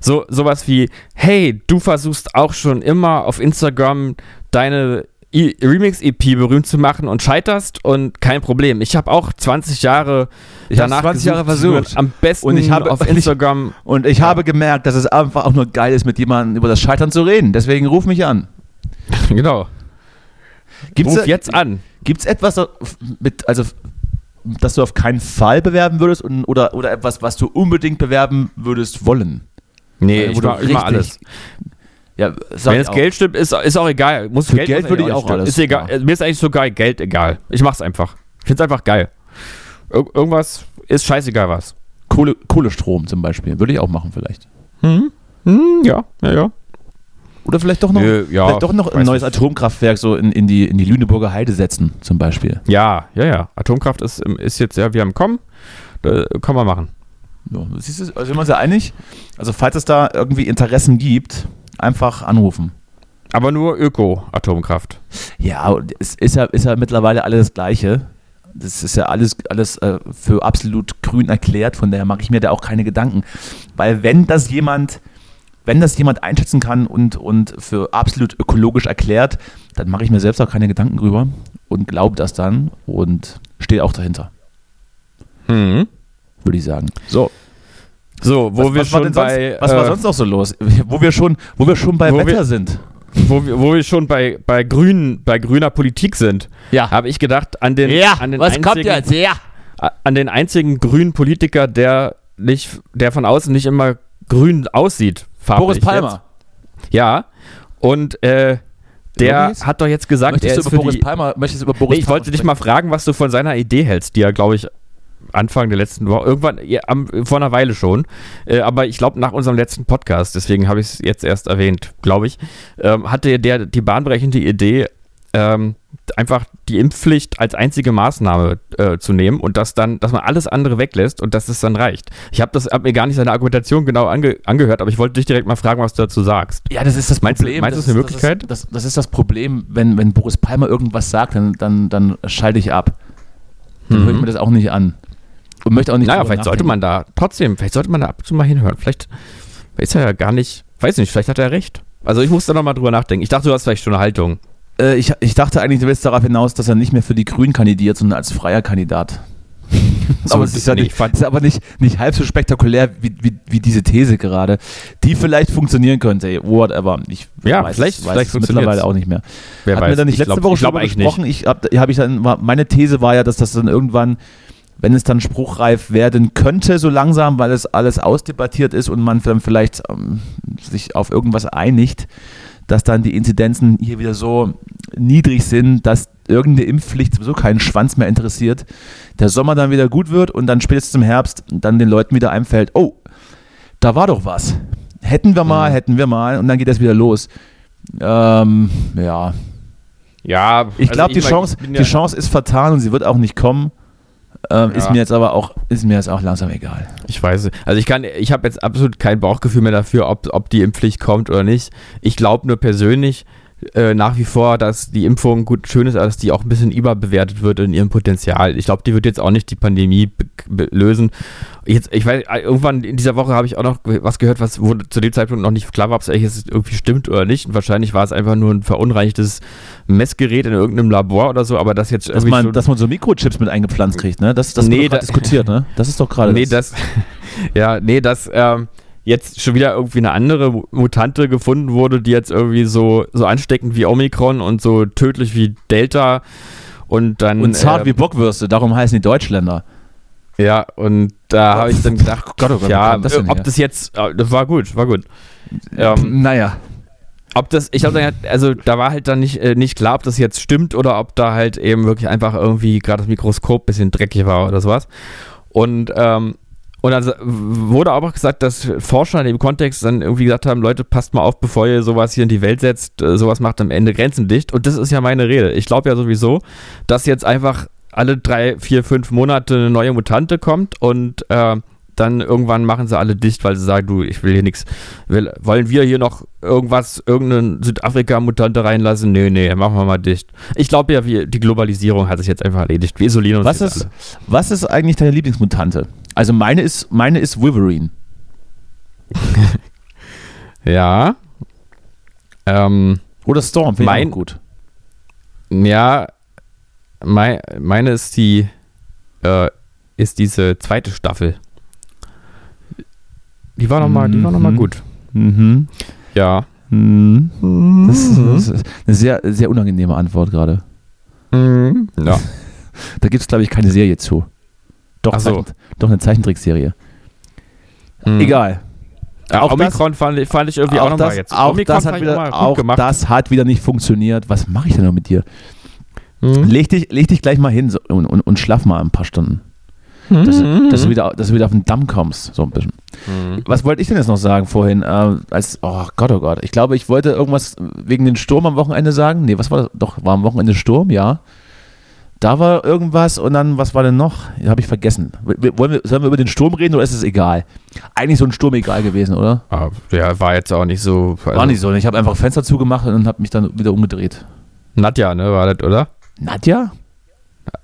so, sowas wie, hey, du versuchst auch schon immer auf Instagram deine I- Remix-EP berühmt zu machen und scheiterst und kein Problem. Ich habe auch 20 Jahre
Ich hab 20 Jahre
gesucht, wie man
versucht.
am besten
Und ich habe-
auf
und ich-
Instagram.
Und ich habe gemerkt, dass es einfach auch nur geil ist, mit jemandem über das Scheitern zu reden. Deswegen ruf mich an.
Genau.
Gibt's
Ruf jetzt an.
Gibt's etwas, mit, also, das du auf keinen Fall bewerben würdest und, oder, oder etwas, was du unbedingt bewerben würdest wollen?
Nee,
Also, wo
ich
du
mach, ich mach alles.
richtig- Ja, sag
Wenn
ich
das
auch.
Geld stimmt, ist, ist auch egal. Muss
Für Geld
muss
würde
eigentlich
ich
nicht
auch
stimmen.
alles,
Ist egal.
ja.
Mir ist eigentlich sogar Geld egal. Ich mach's einfach. Ich find's einfach geil. Ir irgendwas ist scheißegal was.
Kohle, Kohlestrom zum Beispiel, würde ich auch machen vielleicht.
Hm? Hm, ja, ja, ja.
Oder vielleicht doch noch,
Nö, ja,
vielleicht doch noch ein
weiß
neues Atomkraftwerk so in, in, die, in die Lüneburger Heide setzen zum Beispiel.
Ja, ja, ja. Atomkraft ist, ähm, ist jetzt ja wir am Kommen. Da kann man machen.
So, siehst du, also sind wir uns ja einig? Also falls es da irgendwie Interessen gibt, einfach anrufen.
Aber nur Öko-Atomkraft.
Ja, und es ist ja, ist ja mittlerweile alles das Gleiche. Das ist ja alles, alles äh, für absolut grün erklärt, von daher mache ich mir da auch keine Gedanken. Weil wenn das jemand, wenn das jemand einschätzen kann und, und für absolut ökologisch erklärt, dann mache ich mir selbst auch keine Gedanken drüber und glaube das dann und stehe auch dahinter,
Mhm.
würde ich sagen.
So. So, wo
was,
wir
was war
schon
denn sonst,
bei
was war
äh,
sonst noch so los? Wo wir schon, wo wir schon bei
wo wir-
Wetter sind.
wo wir, wo wir schon bei bei grünen bei grüner Politik sind,
Ja.
habe ich gedacht an den an den einzigen,
Ja.
an den einzigen grünen Politiker, der nicht der von außen nicht immer grün aussieht. farblich
Boris Palmer.
Jetzt. Ja. Und äh, der
Übrigens,
hat doch jetzt gesagt, er
Möchtest du
ist
über
für
Boris
die,
Palmer? Möchtest du über
Nee,
Boris
ich
Palmer
wollte dich mal fragen, was du von seiner Idee hältst, die er, glaube ich, Anfang der letzten Woche, irgendwann, ja, am, vor einer Weile schon, äh, aber ich glaube nach unserem letzten Podcast, deswegen habe ich es jetzt erst erwähnt, glaube ich, ähm, hatte der die bahnbrechende Idee, ähm, einfach die Impfpflicht als einzige Maßnahme äh, zu nehmen und dass dann, dass man alles andere weglässt und dass es dann reicht. Ich habe das, habe mir gar nicht seine Argumentation genau ange angehört, aber ich wollte dich direkt mal fragen, was du dazu sagst.
Ja, das ist das
Meinst du-
Problem.
meinst du,
das
es ist eine
das
Möglichkeit?
Das, das, ist das Problem, wenn, wenn Boris Palmer irgendwas sagt, dann, dann, dann schalte ich ab. Dann höre ich mir das auch nicht an. Und möchte auch nicht.
Mhm. Naja,
drüber
vielleicht sollte
nachdenken.
man da trotzdem, vielleicht sollte man da ab und zu mal hinhören. Vielleicht ist er ja gar nicht, weiß nicht, vielleicht hat er recht. Also ich muss da nochmal drüber nachdenken. Ich dachte, du hast vielleicht schon eine Haltung.
Äh, ich, ich dachte eigentlich, du willst darauf hinaus, dass er nicht mehr für die Grünen kandidiert, sondern als freier Kandidat. aber es ist ja
nee,
nicht,
ich fand-
ist aber nicht, nicht halb so spektakulär wie, wie, wie diese These gerade, die vielleicht funktionieren könnte. ey, Whatever. Ich
Ja, vielleicht-
weiß
vielleicht
es
funktioniert's.
mittlerweile auch nicht mehr.
Wer
Hatten wir da nicht
Ich
letzte
glaub-
Woche
ich
schon
glaub
drüber
eigentlich
gesprochen? Ich hab, hab ich dann, war, meine These war ja, dass das dann irgendwann, wenn es dann spruchreif werden könnte, so langsam, weil es alles ausdebattiert ist und man dann vielleicht ähm, sich auf irgendwas einigt, dass dann die Inzidenzen hier wieder so niedrig sind, dass irgendeine Impfpflicht sowieso keinen Schwanz mehr interessiert, der Sommer dann wieder gut wird und dann spätestens im Herbst dann den Leuten wieder einfällt, oh, da war doch was. Hätten wir
Mhm.
mal, hätten wir mal und dann geht das wieder los. Ähm, ja,
Ja,
ich
also
glaube, die,
mein,
Chance,
ich bin
die Chance ist vertan und sie wird auch nicht kommen. Ähm, Ist
Ja.
mir jetzt aber auch, ist mir jetzt auch langsam egal.
Ich weiß es. Also ich kann, ich habe jetzt absolut kein Bauchgefühl mehr dafür, ob, ob die Impfpflicht kommt oder nicht. Ich glaube nur persönlich äh, nach wie vor, dass die Impfung gut schön ist, aber dass die auch ein bisschen überbewertet wird in ihrem Potenzial. Ich glaube, die wird jetzt auch nicht die Pandemie be- be- lösen. Jetzt, ich weiß, äh, irgendwann in dieser Woche habe ich auch noch ge- was gehört, was wo zu dem Zeitpunkt noch nicht klar war, ob es eigentlich jetzt irgendwie stimmt oder nicht. Und wahrscheinlich war es einfach nur ein verunreinigtes Messgerät in irgendeinem Labor oder so, aber das jetzt
Dass
irgendwie
man,
schon-
dass man so Mikrochips mit eingepflanzt kriegt, ne? Das, das
Nee,
wird doch grad
da-
diskutiert, ne? Das ist doch gerade
Nee, das. ja, nee, das. Ähm, jetzt schon wieder irgendwie eine andere Mutante gefunden wurde, die jetzt irgendwie so, so ansteckend wie Omikron und so tödlich wie Delta und dann. ähm,
Und zart äh, wie Bockwürste, darum heißen die Deutschländer.
Ja, und da habe Ah, ich dann gedacht, Gott, oh Gott, ja, das ob hier? das jetzt, äh, das war gut, war gut.
Ähm, naja.
Ob das, ich habe dann, also da war halt dann nicht, äh, nicht klar, ob das jetzt stimmt oder ob da halt eben wirklich einfach irgendwie gerade das Mikroskop ein bisschen dreckig war oder sowas. Und, ähm, und dann also wurde aber auch gesagt, dass Forscher in dem Kontext dann irgendwie gesagt haben, Leute, passt mal auf, bevor ihr sowas hier in die Welt setzt, äh, sowas macht am Ende Grenzen dicht. Und das ist ja meine Rede. Ich glaube ja sowieso, dass jetzt einfach alle drei, vier, fünf Monate eine neue Mutante kommt und äh, dann irgendwann machen sie alle dicht, weil sie sagen, du, ich will hier nichts. Wollen wir hier noch irgendwas, irgendeinen Südafrika-Mutante reinlassen? Nee, nee, machen wir mal dicht. Ich glaube ja, wir, die Globalisierung hat sich jetzt einfach erledigt. Wir isolieren uns
was ist, alle. Was ist eigentlich deine Lieblingsmutante? Also meine ist, meine ist Wolverine.
ja. Ähm,
Oder Storm,
finde ich auch gut. Ja, mein, meine ist die, äh, ist diese zweite Staffel. Die war nochmal, mhm. die war noch mal gut.
Mhm.
Ja.
Mhm. Das, ist, das, ist, eine sehr, sehr unangenehme Antwort gerade.
Mhm. Ja.
da gibt es, glaube ich, keine Serie zu. Doch,
so.
Zeichen, doch eine Zeichentrickserie. Mhm. Egal.
Ja, auch Omikron das, fand, ich, fand ich irgendwie auch, auch nochmal jetzt.
Auch, das hat, wieder, auch das hat wieder nicht funktioniert. Was mache ich denn noch mit dir? Mhm. Leg, dich, leg dich gleich mal hin so, und, und, und schlaf mal ein paar Stunden. Mhm. Dass, dass, du wieder, dass du wieder auf den Damm kommst, so ein bisschen. Mhm. Was wollte ich denn jetzt noch sagen vorhin? Äh, als, oh Gott, oh Gott. Ich glaube, ich wollte irgendwas wegen den Sturm am Wochenende sagen. Nee, was war das? Doch, war am Wochenende Sturm, ja. Da war irgendwas und dann, was war denn noch? Habe ich vergessen. Wollen wir, sollen wir über den Sturm reden oder ist es egal? Eigentlich so ein Sturm egal gewesen, oder?
Ja, Ah, war jetzt auch nicht so.
Also war nicht so. Ich habe einfach Fenster zugemacht und habe mich dann wieder umgedreht.
Nadja, ne, war das, oder?
Nadja?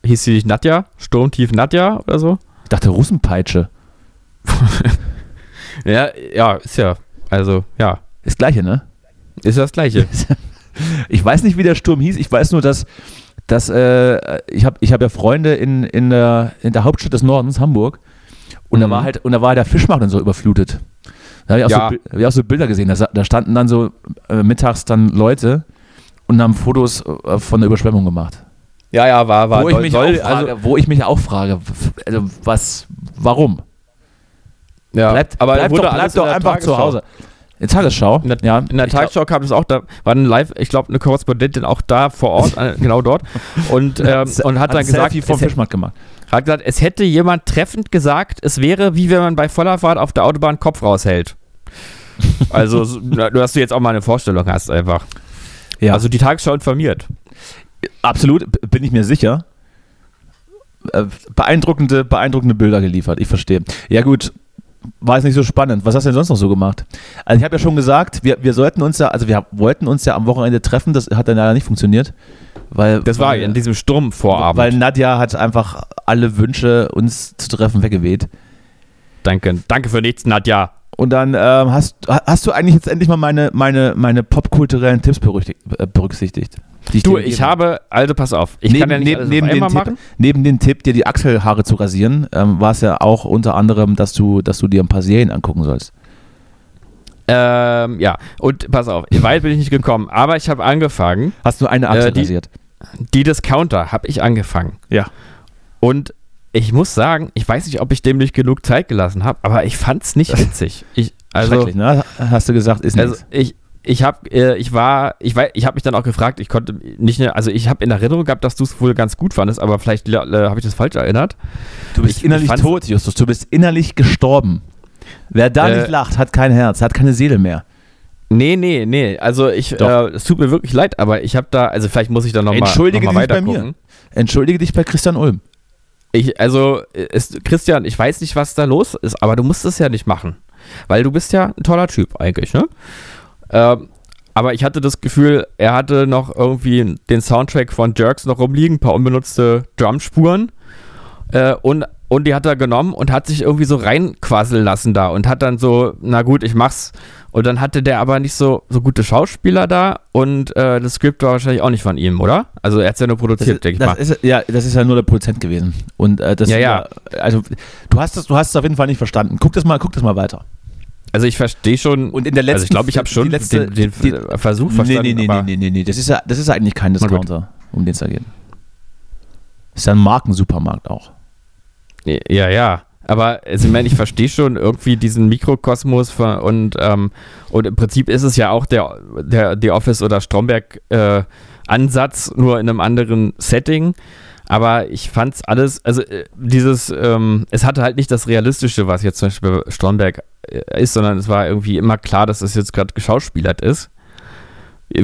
Hieß sie nicht Nadja? Sturmtief Nadja oder so?
Ich dachte Russenpeitsche.
ja, ja, ist ja. Also, ja.
Ist gleiche, ne?
Ist das gleiche.
ich weiß nicht, wie der Sturm hieß. Ich weiß nur, dass dass äh, ich habe ich hab ja Freunde in, in, der, in der Hauptstadt des Nordens, Hamburg, und mhm. da war halt, und da war der Fischmarkt und so überflutet. Da habe ich, ja. so, hab ich, auch so Bilder gesehen. Da, da standen dann so äh, mittags dann Leute und haben Fotos äh, von der Überschwemmung gemacht.
Ja, ja, war, war.
Wo, doll, ich, mich doll, frage, also, wo ich mich auch frage, also was, warum?
Ja,
bleibt, aber bleibt doch, bleibt doch einfach Tagesschau. zu Hause. In Tagesschau.
In der,
ja,
in der Tagesschau kam das auch, da war ein Live, ich glaube, eine Korrespondentin auch da vor Ort, genau dort. Und, ähm, und hat, hat dann gesagt,
vom Fischmarkt gemacht.
Hat gesagt, es hätte jemand treffend gesagt, es wäre wie wenn man bei voller Fahrt auf der Autobahn Kopf raushält. Also, dass du jetzt auch mal eine Vorstellung hast, einfach.
Ja.
Also die Tagesschau informiert.
Absolut, bin ich mir sicher. Äh, Beeindruckende, beeindruckende Bilder geliefert, ich verstehe. Ja, gut, war es nicht so spannend. Was hast du denn sonst noch so gemacht? Also ich habe ja schon gesagt, wir, wir sollten uns ja, also wir wollten uns ja am Wochenende treffen, das hat dann leider nicht funktioniert. Weil,
das war
weil, äh,
in diesem Sturmvorabend.
Weil Nadja hat einfach alle Wünsche, uns zu treffen, weggeweht.
Danke, danke für nichts, Nadja.
Und dann ähm, hast, hast du eigentlich jetzt endlich mal meine, meine, meine popkulturellen Tipps berücksichtigt.
Ich du, ich habe, also pass auf, ich
neben, kann ja nicht neben, neben den Tipp, machen. Neben dem Tipp, dir die Achselhaare zu rasieren, ähm, war es ja auch unter anderem, dass du, dass du dir ein paar Serien angucken sollst.
Ähm, ja, und pass auf, weit bin ich nicht gekommen, aber ich habe angefangen.
Hast du eine Achsel äh,
die,
rasiert?
Die Discounter habe ich angefangen.
Ja.
Und ich muss sagen, ich weiß nicht, ob ich dem nicht genug Zeit gelassen habe, aber ich fand es nicht witzig. Ich, also,
Schrecklich, ne? Hast du gesagt, ist nicht.
Also ich, ich habe äh, ich war ich war, ich habe mich dann auch gefragt, ich konnte nicht mehr, also ich habe in Erinnerung gehabt, dass du es wohl ganz gut fandest, aber vielleicht äh, habe ich das falsch erinnert.
Du bist
ich,
innerlich ich tot, Justus, du bist innerlich gestorben. Wer da äh, nicht lacht, hat kein Herz, hat keine Seele mehr.
Nee, nee, nee, also ich es tut mir wirklich leid, aber ich habe da also vielleicht muss ich da noch
Entschuldige
mal, noch mal
dich bei mir. Entschuldige dich bei Christian Ulm.
Ich, also, ist, Christian, ich weiß nicht, was da los ist, aber du musst es ja nicht machen. Weil du bist ja ein toller Typ eigentlich, ne? Ähm, aber ich hatte das Gefühl, er hatte noch irgendwie den Soundtrack von Jerks noch rumliegen, ein paar unbenutzte Drumspuren. Äh, und, und die hat er genommen und hat sich irgendwie so reinquasseln lassen da und hat dann so, na gut, ich mach's. Und dann hatte der aber nicht so, so gute Schauspieler da und äh, das Skript war wahrscheinlich auch nicht von ihm, oder? Also er hat's ja nur produziert, denke ich
das
mal.
Ist, ja, das ist ja nur der Produzent gewesen. Und äh, das
ja, ja.
also du hast es, du hast es auf jeden Fall nicht verstanden. Guck das mal, guck das mal weiter.
Also ich verstehe schon.
Und in der letzten,
also ich glaube, ich habe schon
die letzte-
den, den
die-
Versuch verstanden.
Nee, nee, nee,
aber
nee, nee, nee. Das ist ja, das ist ja eigentlich kein
Na gut.
Discounter, um den es da geht. Ist ja ein Markensupermarkt auch.
nee. Ja, ja. Aber also, ich meine, ich verstehe schon irgendwie diesen Mikrokosmos ver- und, ähm, und im Prinzip ist es ja auch der, der The Office oder Stromberg äh, Ansatz, nur in einem anderen Setting. Aber ich fand's alles, also äh, dieses, ähm, es hatte halt nicht das Realistische, was jetzt zum Beispiel bei Stromberg äh, ist, sondern es war irgendwie immer klar, dass es jetzt gerade geschauspielert ist.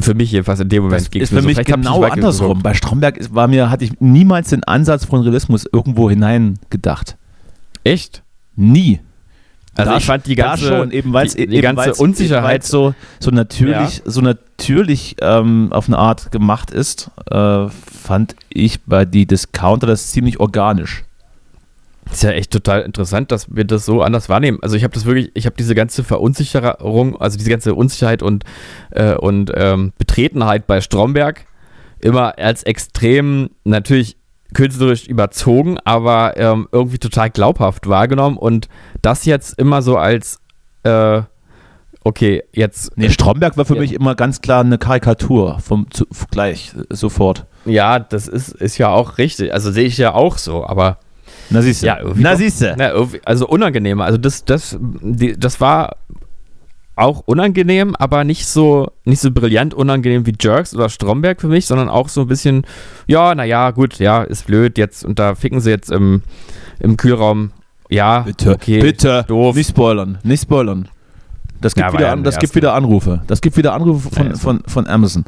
Für mich jedenfalls in dem Moment
Das
ging's
ist
mir
für
so.
mich
Vielleicht hab ich
genau
nicht weit genug
andersrum. Bei Stromberg ist- war mir, hatte ich niemals den Ansatz von Realismus irgendwo hineingedacht.
geguckt. Echt?
Nie.
Also
Da
ich fand die
da
ganze,
schon, eben weil's-
die, die
eben
ganze
weil's-
Unsicherheit
weil's so, so natürlich, so natürlich ähm, auf eine Art gemacht ist, äh, fand ich bei die Discounter das ziemlich organisch.
ist ja echt total interessant, dass wir das so anders wahrnehmen. Also ich habe das wirklich, ich habe diese ganze Verunsicherung, also diese ganze Unsicherheit und äh, und ähm, Betretenheit bei Stromberg immer als extrem natürlich künstlerisch überzogen, aber ähm, irgendwie total glaubhaft wahrgenommen und das jetzt immer so als äh, okay jetzt
Nee, Stromberg war für
Ja.
mich immer ganz klar eine Karikatur vom zu, gleich äh, sofort.
ja das ist ist ja auch richtig, also sehe ich ja auch so, aber
Na siehste.
Ja, irgendwie
Na
doch.
siehste.
Na, irgendwie- also unangenehmer. Also das, das, die, das war auch unangenehm, aber nicht so, nicht so brillant unangenehm wie Jerks oder Stromberg für mich, sondern auch so ein bisschen, ja, naja, gut, ja, ist blöd jetzt und da ficken sie jetzt im, im Kühlraum. Ja,
Bitte,
okay.
bitte,
doof.
nicht spoilern, nicht spoilern. Das gibt,
Ja, war
wieder,
ja
an,
der
das gibt
erste.
wieder Anrufe. Das gibt wieder Anrufe von,
Ja, ist so.
von, von Amazon.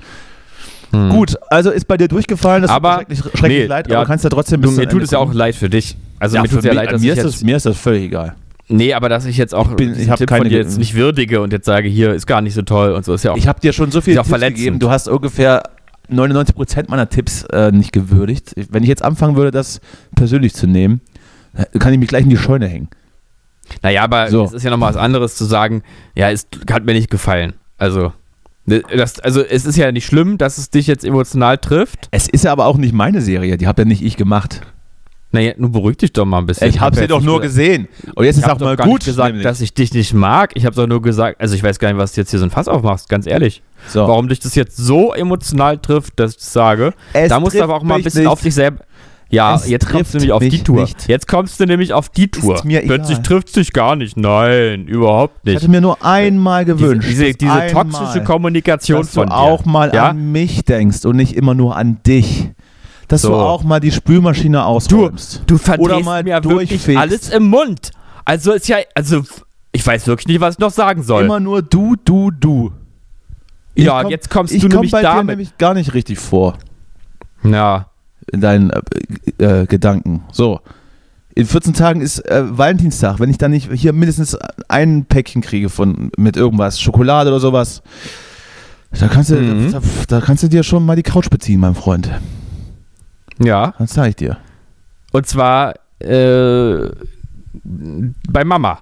Hm.
Gut, also ist bei dir durchgefallen, das tut mir
Aber-
schrecklich, schrecklich
nee,
leid,
ja,
aber kannst ja trotzdem
Du,
bis
mir
zum
tut
Ende
es ja auch
kommen.
leid für dich. Also mir tut es
für
ja
mich-
leid, dass
mir,
ich
ist
jetzt,
das, mir ist das völlig egal.
nee, aber dass ich jetzt auch
bin- ich
diesen
hab
Tipp
keine
von dir
Ge-
jetzt nicht würdige und jetzt sage, hier ist gar nicht so toll und so ist ja auch.
Ich habe dir schon so viel
Ist ja auch
Tipps
verletzend.
gegeben, du hast ungefähr 99% meiner Tipps äh, nicht gewürdigt. Wenn ich jetzt anfangen würde, das persönlich zu nehmen, äh, kann ich mich gleich in die Scheune hängen.
Naja, aber
So.
es ist ja nochmal was anderes zu sagen, ja, es hat mir nicht gefallen. Also, ne, das, also es ist ja nicht schlimm, dass es dich jetzt emotional trifft.
Es ist ja aber auch nicht meine Serie, die habe ja nicht ich gemacht.
Naja, nun beruhig dich doch mal ein bisschen.
Ich habe
Äh, ja
sie
jetzt
doch
nicht
nur
gesagt-
gesehen. Und jetzt
Ich
ist
habe
auch
doch
mal
gar
gut.
nicht gesagt,
nämlich.
dass ich dich nicht mag. Ich habe doch nur gesagt, also ich weiß gar nicht, was du jetzt hier so ein Fass aufmachst, ganz ehrlich.
so.
Warum dich das jetzt so emotional trifft, dass ich das sage.
Es
da musst du
trifft
aber auch mal ein
mich
bisschen
nicht.
auf dich selber. Ja,
Es
jetzt
trifft
kommst du nämlich auf die
mich
Tour.
nicht.
Jetzt kommst du nämlich auf die Tour.
mir egal.
Plötzlich trifft es dich gar nicht. Nein, überhaupt
Ich
nicht.
hatte mir nur einmal
Diese,
gewünscht,
diese,
dass
diese
einmal,
toxische Kommunikation
dass du
von dir.
auch mal
ja?
an mich denkst und nicht immer nur an dich. Dass du
So.
auch mal die Spülmaschine
Du,
ausräumst.
du verdrehst
Oder mal
mir wirklich
durchfegst.
alles im Mund. Also ist ja, also ich weiß wirklich nicht, was ich noch sagen soll.
Immer nur du, du, du.
ja, jetzt kommst
ich
du
komm
nämlich
bei dir
damit.
nämlich gar nicht richtig vor
Ja,
in deinen äh, äh, äh, Gedanken. So. In 14 Tagen ist äh, Valentinstag. Wenn ich dann nicht hier mindestens ein Päckchen kriege von mit irgendwas, Schokolade oder sowas, da kannst du,
Mhm.
da, da kannst du dir schon mal die Couch beziehen, mein Freund.
ja.
Das zeige ich dir.
Und zwar äh, bei Mama.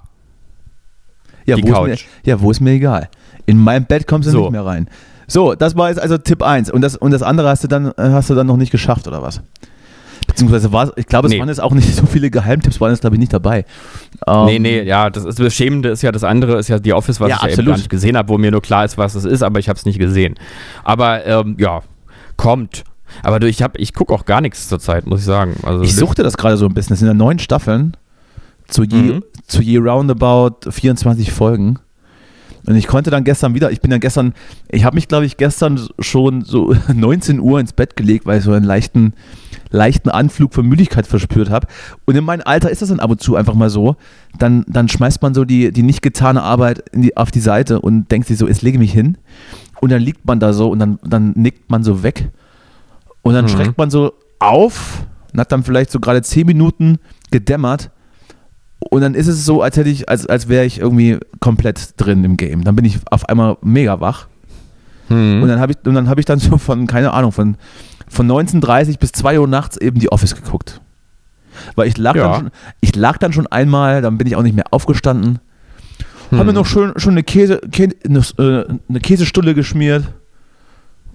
Ja,
Die
wo
Couch.
Ist mir, ja, wo ist mir egal. In mein Bett kommst du
So.
nicht mehr rein. So, das war jetzt also Tipp 1. Und das, und das andere hast du, dann, äh, hast du dann noch nicht geschafft, oder was? Beziehungsweise war es- ich glaube, es
Nee.
waren jetzt auch nicht so viele Geheimtipps, waren jetzt, glaube ich, nicht dabei. Ähm,
nee, nee, ja, das, ist, das Schämende ist ja das andere, ist ja die Office, was
Ja,
ich ja eben
absolut.
gar nicht gesehen habe, wo mir nur klar ist, was es ist, aber ich habe es nicht gesehen. Aber ähm, ja, kommt. Aber du, ich, hab- ich gucke auch gar nichts zurzeit, muss ich sagen. Also,
Ich suchte das gerade so ein bisschen. Es sind ja neun Staffeln zu je,
Mhm.
zu je roundabout 24 Folgen. Und ich konnte dann gestern wieder, ich bin dann gestern, ich habe mich glaube ich gestern schon so 19 Uhr ins Bett gelegt, weil ich so einen leichten, leichten Anflug von Müdigkeit verspürt habe. Und in meinem Alter ist das dann ab und zu einfach mal so. Dann, dann schmeißt man so die, die nicht getane Arbeit in die, auf die Seite und denkt sich so, jetzt lege mich hin. Und dann liegt man da so und dann, dann nickt man so weg. Und dann
Mhm.
schreckt man so auf und hat dann vielleicht so gerade 10 Minuten gedämmert. Und dann ist es so, als hätte ich, als, als wäre ich irgendwie komplett drin im Game. Dann bin ich auf einmal mega wach.
Hm.
Und dann habe ich, und dann habe ich dann so von, keine Ahnung, von, von 19.30 bis 2 Uhr nachts eben die Office geguckt. Weil ich lag,
Ja.
dann, schon, ich lag dann schon einmal, dann bin ich auch nicht mehr aufgestanden. Habe mir
Hm.
noch schön, schon eine, Käse, Kä- eine, äh, eine Käsestulle geschmiert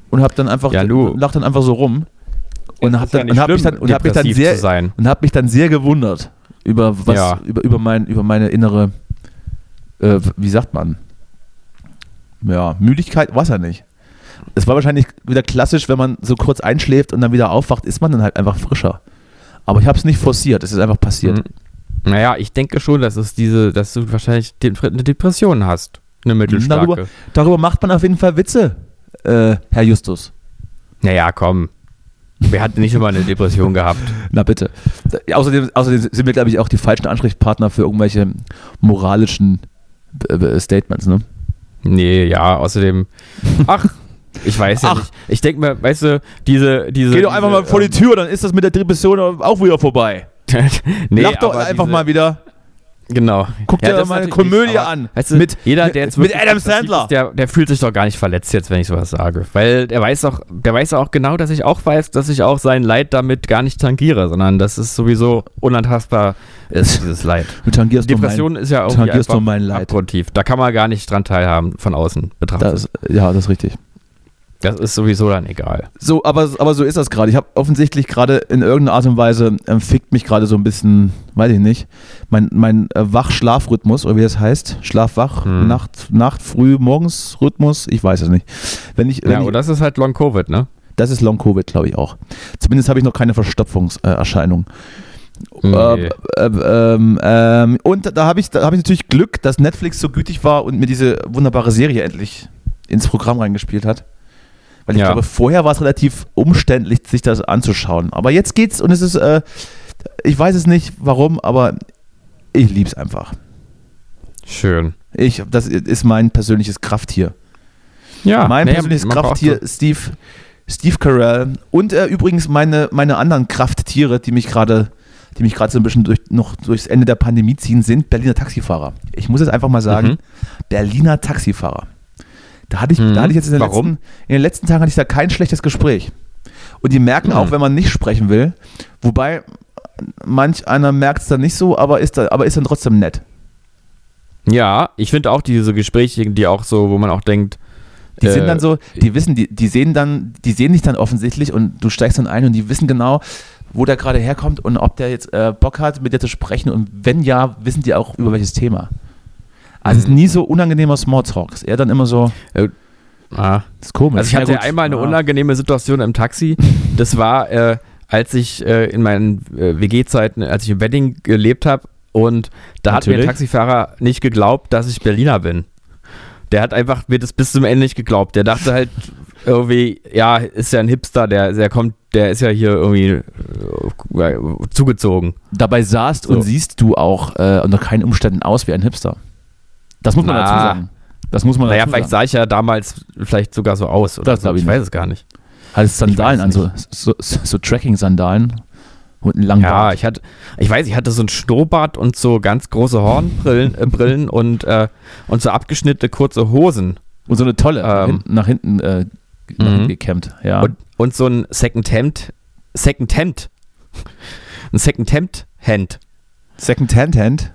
und habe dann einfach,
Ja, du.
lag dann einfach so rum.
Es
Und habe
ist ja
dann,
nicht
und hab mich
schlimm,
dann, und hab mich dann
depressiv
sehr,
zu sein.
und habe mich dann sehr gewundert über was
Ja.
über, über mein über meine innere äh, wie sagt man? Ja, Müdigkeit, Wasser nicht. Es war wahrscheinlich wieder klassisch, wenn man so kurz einschläft und dann wieder aufwacht, ist man dann halt einfach frischer. Aber ich habe es nicht forciert, es ist einfach passiert.
Mhm. Naja, ich denke schon, dass es diese, dass du wahrscheinlich de eine Depression hast. Eine mittelstarke.
Darüber, darüber macht man auf jeden Fall Witze, äh, Herr Justus.
Naja, komm. Wer hat nicht schon mal eine Depression gehabt?
Na bitte. Äh, Außerdem, außerdem sind wir, glaube ich, auch die falschen Ansprechpartner für irgendwelche moralischen äh, Statements, ne?
Nee, ja, außerdem. Ach, ich weiß ja
Ach.
nicht. Ich denke mir, weißt du, diese. diese
Geh doch einfach
diese,
mal vor die
ähm,
Tür, dann ist das mit der Depression auch wieder vorbei.
nee,
Lach doch
aber
einfach
diese,
mal wieder.
Genau.
Guck dir
das
doch mal eine
natürlich nicht,
Komödie
aber,
an.
Weißt du,
Mit-
mit, jeder, der jetzt
mit
wirklich
Adam
depressiv
Sandler.
Ist, der, der fühlt sich doch gar nicht verletzt jetzt, wenn ich sowas sage. Weil der weiß auch, der weiß auch genau, dass ich auch weiß, dass ich auch sein Leid damit gar nicht tangiere, sondern dass es sowieso unantastbar ist, dieses Leid.
Du tangierst
Depression ist ja auch
tangierst nur mein Leid.
abgrundtief. Da kann man gar nicht dran teilhaben, von außen betrachtet.
Das, ja, das ist richtig.
Das, ist sowieso dann egal.
So, aber, aber so ist das gerade. Ich habe offensichtlich gerade in irgendeiner Art und Weise, ähm, fickt mich gerade so ein bisschen, weiß ich nicht, mein, mein äh, Wach-Schlaf-Rhythmus, oder wie das heißt, Schlaf-Wach,
Hm.
Nacht, Nacht, Früh, Morgens-Rhythmus, ich weiß es nicht. Wenn ich, wenn
Ja,
ich
und das ist halt Long-Covid, ne?
Das ist Long-Covid, glaube ich auch. Zumindest habe ich noch keine Verstopfungserscheinung.
Nee.
Ähm, ähm, ähm, ähm, und da habe ich, da habe ich natürlich Glück, dass Netflix so gütig war und mir diese wunderbare Serie endlich ins Programm reingespielt hat. Weil ich
Ja.
glaube, vorher war es relativ umständlich, sich das anzuschauen. Aber jetzt geht's und es ist, äh, ich weiß es nicht warum, aber ich lieb's einfach.
Schön.
Ich, das ist mein persönliches Krafttier.
Ja,
Mein
nee,
persönliches
man braucht
Krafttier Steve, Steve Carell. Und äh, übrigens meine, meine anderen Krafttiere, die mich gerade die mich gerade so ein bisschen durch, noch durchs Ende der Pandemie ziehen, sind Berliner Taxifahrer. Ich muss jetzt einfach mal sagen,
Mhm.
Berliner Taxifahrer. Da hatte ich,
Mhm.
da hatte ich jetzt in den,
Warum?
letzten, in den letzten Tagen hatte ich da kein schlechtes Gespräch. Und die merken auch,
Mhm.
wenn man nicht sprechen will, wobei manch einer merkt es dann nicht so, aber ist, da, aber ist dann trotzdem nett.
Ja, ich finde auch diese Gespräche, die auch so, wo man auch denkt,
Die sind
äh,
dann so, die wissen, die, die sehen dann, die sehen dich dann offensichtlich und du steigst dann ein und die wissen genau, wo der gerade herkommt und ob der jetzt äh, Bock hat, mit dir zu sprechen und wenn ja, wissen die auch über welches Thema. Also es ist nie so unangenehmer Smalltalk. Es ist eher dann immer so,
Ah.
das ist komisch.
Also ich
Ja,
hatte
gut.
einmal eine
Ja.
unangenehme Situation im Taxi. Das war, äh, als ich äh, in meinen äh, WG-Zeiten, als ich im Wedding gelebt habe und da hat mir
Natürlich.
ein Taxifahrer nicht geglaubt, dass ich Berliner bin. Der hat einfach mir das bis zum Ende nicht geglaubt. Der dachte halt irgendwie, ja, ist ja ein Hipster, der, der kommt, der ist ja hier irgendwie äh, zugezogen.
Dabei sahst
So.
und siehst du auch äh, unter keinen Umständen aus wie ein Hipster. Das muss man
Na.
dazu sagen. Das muss man
Naja,
dazu
vielleicht
sagen.
sah ich ja damals vielleicht sogar so aus. Oder
Das
so.
glaub ich
ich
nicht.
weiß es gar nicht.
Hattest Halt Sandalen
Ich
an,
weiß
so, so, so, so Tracking-Sandalen und einen langen
Ja,
Bart.
ich hatte, ich weiß, ich hatte so ein Schnurrbart und so ganz große Hornbrillen äh, Brillen und, äh, und so abgeschnittene kurze Hosen
Und so eine tolle,
Ähm.
nach hinten- nach hinten, äh, nach
Mhm.
hinten gekämmt. Ja.
und, und so ein Second Hemd, Second Hemd, ein Second Hemd Hemd,
Second Hand Hand.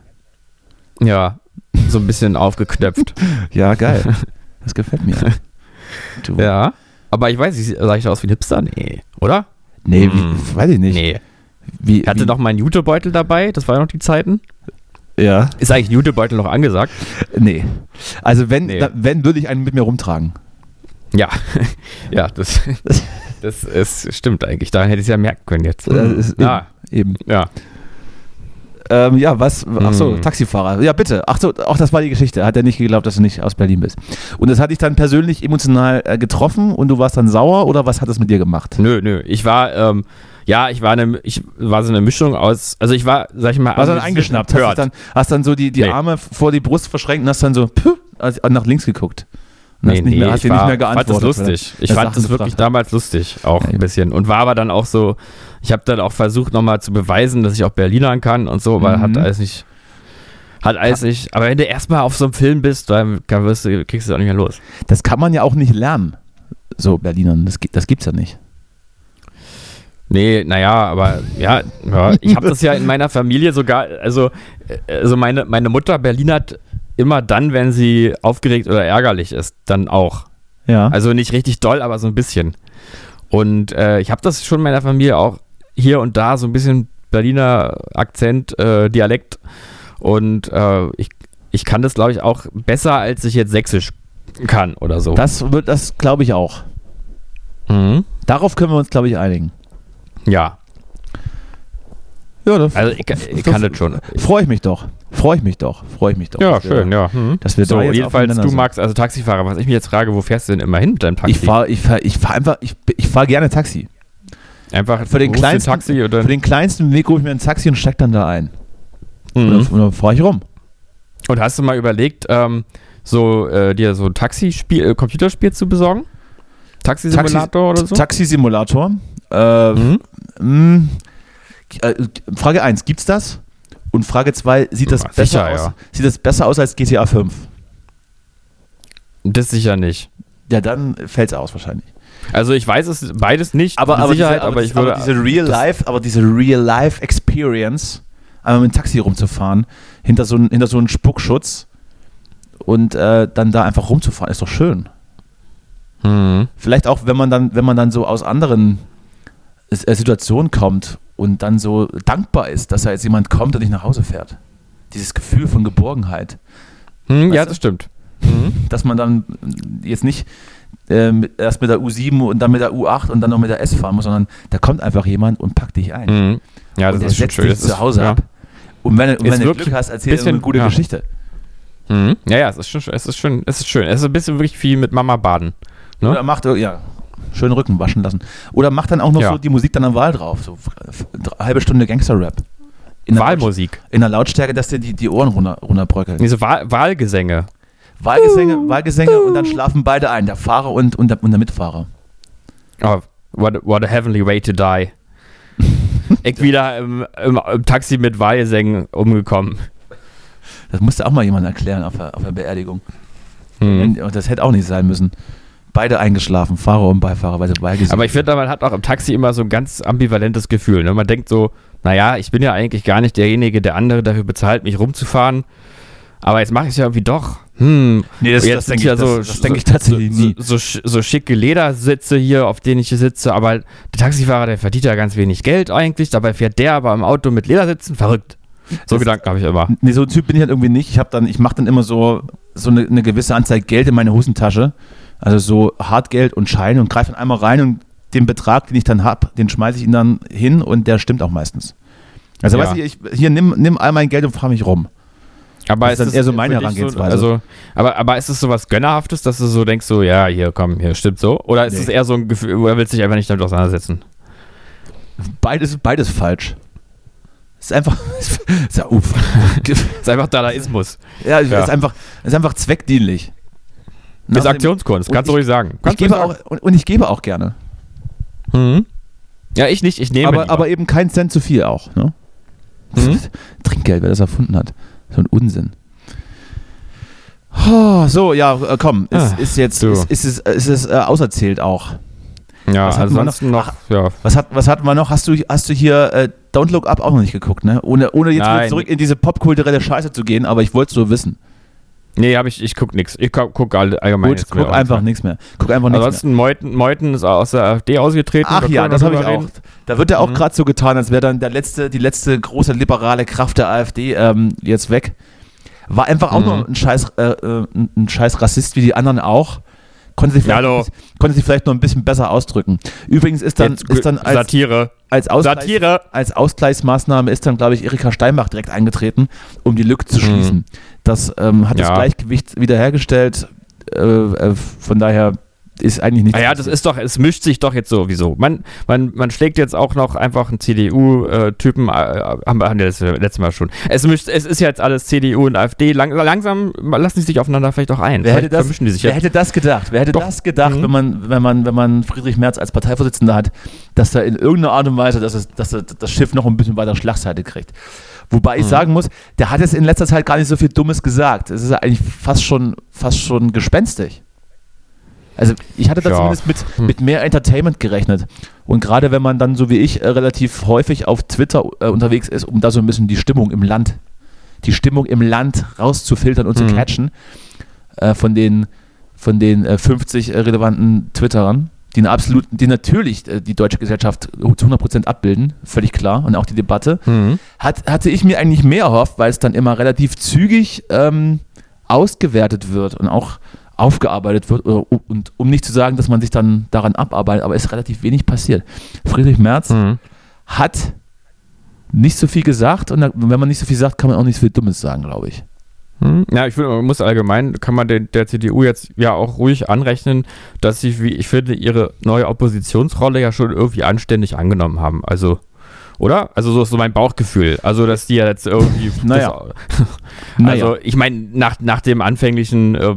ja, so ein bisschen aufgeknöpft,
Ja, geil. Das gefällt mir. Du.
ja. Aber ich weiß, nicht, sah ich da aus wie ein Hipster? Nee, oder?
Nee, wie,
Hm.
weiß ich nicht.
Nee.
Wie,
Ich hatte
wie,
noch meinen Jutebeutel dabei, das war noch die Zeiten.
Ja.
Ist eigentlich ein Jutebeutel noch angesagt?
Nee. Also wenn,
Nee.
da, wenn würde ich einen mit mir rumtragen.
Ja, ja, das, das ist, stimmt eigentlich. Daran hätte ich es ja merken können jetzt.
Das ist
Mhm. ja,
Eben.
ja.
Ähm, ja, was? Achso,
Hm.
Taxifahrer. Ja, bitte. Achso, auch das war die Geschichte. Hat er nicht geglaubt, dass du nicht aus Berlin bist. Und das hat dich dann persönlich emotional äh, getroffen und du warst dann sauer oder was hat das mit dir gemacht?
Nö, nö. Ich war, ähm, ja, ich war eine, ich war so eine Mischung aus, also ich war, sag ich mal,
Warst du dann eingeschnappt? Hast, du
Hört.
dann, hast dann so die, die
Nee.
Arme vor die Brust verschränkt und hast dann so pü, also nach links geguckt. Und hast nicht mehr, hast
ich
dir nicht
war-
mehr geantwortet.
Fand das lustig. Ich
Das
fand das
Sachen
wirklich
betrachtet.
damals lustig, auch
Ja,
ein
ja.
bisschen. Und war aber dann auch so, ich habe dann auch versucht, nochmal zu beweisen, dass ich auch Berlinern kann und so, weil
Mhm.
hat alles nicht, hat alles nicht. Aber wenn du erstmal auf so einem Film bist, dann kann, wirst du, kriegst du das auch nicht mehr los.
Das kann man ja auch nicht lernen. So Berlinern, das, gi- das gibt's ja nicht.
Nee, naja, aber ja, ja ich habe das ja in meiner Familie sogar, also, äh, also meine, meine Mutter Berlinert immer dann, wenn sie aufgeregt oder ärgerlich ist, dann auch.
Ja.
Also nicht richtig doll, aber so ein bisschen. Und äh, ich habe das schon in meiner Familie auch hier und da so ein bisschen Berliner Akzent, äh, Dialekt. Und äh, ich, ich kann das, glaube ich, auch besser, als ich jetzt Sächsisch kann oder so.
Das wird, das glaube ich auch.
Mhm.
Darauf können wir uns, glaube ich, einigen.
Ja,
Ja, das
also ich, ich kann das schon.
freue ich mich doch. Freue ich mich doch. Freue ich mich doch.
Ja,
dass wir-
schön, ja. Mhm.
Dass wir
So,
da jetzt
jedenfalls,
aufeinander
du
sind.
magst also Taxifahrer. Was ich mich jetzt frage, wo fährst du denn immer hin mit deinem Taxi?
Ich fahre ich fahr, ich fahr einfach, ich, ich fahr gerne Taxi.
Einfach
Für den,
rufst du ein
kleinsten,
Taxi oder
für den kleinsten Weg rufe ich mir ein Taxi und steck dann da ein.
Mhm.
Und dann, dann fahre ich rum.
Und hast du mal überlegt, ähm, so äh, dir so ein Taxispiel, äh, Computerspiel zu besorgen? Taxisimulator oder so?
Taxisimulator. Äh,
Mhm.
mh, äh, Frage 1, gibt's das? Und Frage 2, sieht das
Ja,
besser
sicher,
aus?
ja.
Sieht das besser aus als GTA 5?
Das sicher nicht.
Ja, dann fällt's aus wahrscheinlich.
Also ich weiß es beides nicht,
Aber,
mit
aber,
Sicherheit,
diese, aber,
aber ich würde.
diese Real Life, aber diese Real Life Experience, einmal mit dem Taxi rumzufahren, hinter so einem hinter so einen Spuckschutz und äh, dann da einfach rumzufahren, ist doch schön.
Mhm.
Vielleicht auch, wenn man dann, wenn man dann so aus anderen S- äh, Situationen kommt und dann so dankbar ist, dass da jetzt jemand kommt und nicht nach Hause fährt. Dieses Gefühl von Geborgenheit,
Hm, ja,
Weißt du? Mhm.
das stimmt.
dass man dann äh, jetzt nicht ähm, erst mit der U7 und dann mit der U8 und dann noch mit der S fahren muss, sondern da kommt einfach jemand und packt dich ein.
Mhm. Ja, das
und der
ist schon
setzt
schön.
dich
Das
zu Hause
ist,
ab. Und wenn, und
Ist
wenn du
wirklich
Glück hast, erzähl
bisschen-
dir eine gute
ja.
Geschichte.
Ja. Mhm. ja, ja, es ist schon, es ist schön, es ist schön. Es ist ein bisschen wirklich wie mit Mama baden. Ja.
Oder macht, ja, schön Rücken waschen lassen. Oder macht dann auch noch
Ja.
so die Musik dann am Wahl drauf. So f- dr- halbe Stunde Gangster-Rap. In der Lautst-
Wahlmusik.
In der Lautstärke, dass dir die, die Ohren runter, runterbröckeln.
Diese Wahl Wahlgesänge. Uh.
Wahlgesänge, Wahlgesänge und dann schlafen beide ein. Der Fahrer und, und, der, und der Mitfahrer.
Oh, what, a- what a heavenly way to die. ich wieder im, im, im Taxi mit Wahlgesängen umgekommen.
Das musste auch mal jemand erklären auf der, auf der Beerdigung.
Mhm.
Und das hätte auch nicht sein müssen. Beide eingeschlafen, Fahrer und Beifahrer, weil sie Wahlgesänge.
Aber ich finde, man hat auch im Taxi immer so ein ganz ambivalentes Gefühl. Ne? Man denkt so, naja, ich bin ja eigentlich gar nicht derjenige, der andere dafür bezahlt, mich rumzufahren. Aber jetzt mache ich es ja irgendwie doch. Hm.
Nee, das,
jetzt
das
sind
denke ich,
ja so,
das, das denk ich tatsächlich
so,
nie.
So, so, so schicke Ledersitze hier, auf denen ich hier sitze. Aber der Taxifahrer, der verdient ja ganz wenig Geld eigentlich. Dabei fährt der aber im Auto mit Ledersitzen. Verrückt. So
Das-
Gedanken habe ich immer.
Nee, so ein Typ bin ich halt irgendwie nicht. Ich habe dann, ich mache dann immer so, so eine, eine gewisse Anzahl Geld in meine Hosentasche. Also so Hartgeld und Scheine und greife dann einmal rein und den Betrag, den ich dann habe, den schmeiße ich ihn dann hin und der stimmt auch meistens. Also
Ja.
weißt du, ich, hier nimm, nimm all mein Geld und fahr mich rum.
Aber
Das ist dann eher so meine
für dich
Herangehensweise.
also, aber, aber ist es so was Gönnerhaftes, dass du so denkst, so, ja, hier, komm, hier, stimmt so? Oder ist
Nee.
es eher so ein Gefühl, wo er willst dich einfach nicht damit auseinandersetzen?
Beides, beides falsch. Ist einfach, ist ja, uff.
Ist einfach Dadaismus.
ja,
Ja.
Ist, einfach, ist einfach zweckdienlich.
ist Aktionskunst,
und
kannst du
ich-
ruhig sagen.
Ich
Kannst du
gebe
ruhig
auch, und, und ich gebe auch gerne.
sagen. Mhm. Ja, ich nicht, ich nehme
Aber,
lieber.
aber eben kein Cent zu viel auch. Ne?
Mhm.
Trinkgeld, wer das erfunden hat. So ein Unsinn. Oh, so, ja, äh, komm. Ist,
Ah,
ist jetzt
du.
ist, ist, es- ist es äh, auserzählt auch.
Ja,
was hatten wir
ansonsten noch, ja.
Was, hat, was hatten wir noch? Hast du, hast du hier äh, Don't Look Up auch noch nicht geguckt, ne? Ohne, ohne jetzt wieder
Nein.
zurück in diese popkulturelle Scheiße zu gehen, aber ich wollte es so wissen.
Nee, hab ich, ich guck nix. Ich guck, guck all- allgemein.
Gut,
jetzt
guck
mir auch
einfach
nichts
nichts mehr. Guck einfach
mehr.
nichts mehr.
Ansonsten, Meuten, Meuten ist aus der AfD ausgetreten. da
Ach
können
ja,
wir
das habe ich
drüber
auch.
reden.
Da wird ja auch
Mhm.
gerade so getan, als wäre dann der letzte, die letzte große liberale Kraft der AfD ähm, jetzt weg. War einfach auch
Mhm.
noch ein scheiß, äh, äh, ein ein scheiß Rassist wie die anderen auch. Konnte sich,
Ja,
vielleicht,
hallo.
konnte sich vielleicht noch ein bisschen besser ausdrücken. Übrigens ist dann,
Jetzt
ist dann als,
Satire.
als, Ausgleich,
Satire.
als Ausgleichsmaßnahme ist dann, glaube ich, Erika Steinbach direkt eingetreten, um die Lücke zu schließen. Das ähm, hat
Mhm. Ja.
das Gleichgewicht wiederhergestellt. Äh, äh, von daher ist eigentlich nichts.
Naja, Ah das ist doch, es mischt sich doch jetzt sowieso. Man, man, man schlägt jetzt auch noch einfach einen CDU-Typen, äh, haben wir haben wir das letzte Mal schon. Es mischt, es ist jetzt alles CDU und AfD. Lang, langsam lassen die sich aufeinander vielleicht auch ein.
Wer
vielleicht
hätte, das,
vermischen die sich
wer
jetzt.
hätte das gedacht? Wer hätte
Doch.
das gedacht,
Mhm.
wenn, man, wenn, man, wenn man Friedrich Merz als Parteivorsitzender hat, dass er in irgendeiner Art und Weise dass es, dass er das Schiff noch ein bisschen weiter Schlagseite kriegt? Wobei
Mhm.
ich sagen muss, der hat jetzt in letzter Zeit gar nicht so viel Dummes gesagt. Es ist ja eigentlich fast schon, fast schon gespenstig. Also ich hatte da
Ja. Hm.
zumindest mit, mit mehr Entertainment gerechnet. Und gerade wenn man dann so wie ich äh, relativ häufig auf Twitter äh, unterwegs ist, um da so ein bisschen die Stimmung im Land, die Stimmung im Land rauszufiltern und zu catchen, äh, von den, von den äh, 50 äh, relevanten Twitterern, die, eine absolut, die natürlich äh, die deutsche Gesellschaft zu 100% abbilden, völlig klar, und auch die Debatte,
Mhm.
hat, hatte ich mir eigentlich mehr erhofft, weil es dann immer relativ zügig ähm, ausgewertet wird und auch aufgearbeitet wird. Oder, und um nicht zu sagen, dass man sich dann daran abarbeitet, aber es ist relativ wenig passiert. Friedrich Merz
Mhm.
hat nicht so viel gesagt und da- wenn man nicht so viel sagt, kann man auch nicht so viel Dummes sagen, glaube ich.
Hm, Ja, ich finde, man muss allgemein, kann man der, der CDU jetzt ja auch ruhig anrechnen, dass sie, wie ich finde, ihre neue Oppositionsrolle ja schon irgendwie anständig angenommen haben. Also, oder? Also, so ist so mein Bauchgefühl. Also, dass die ja jetzt irgendwie.
Naja.
Das, also, ich meine, nach, nach dem anfänglichen äh,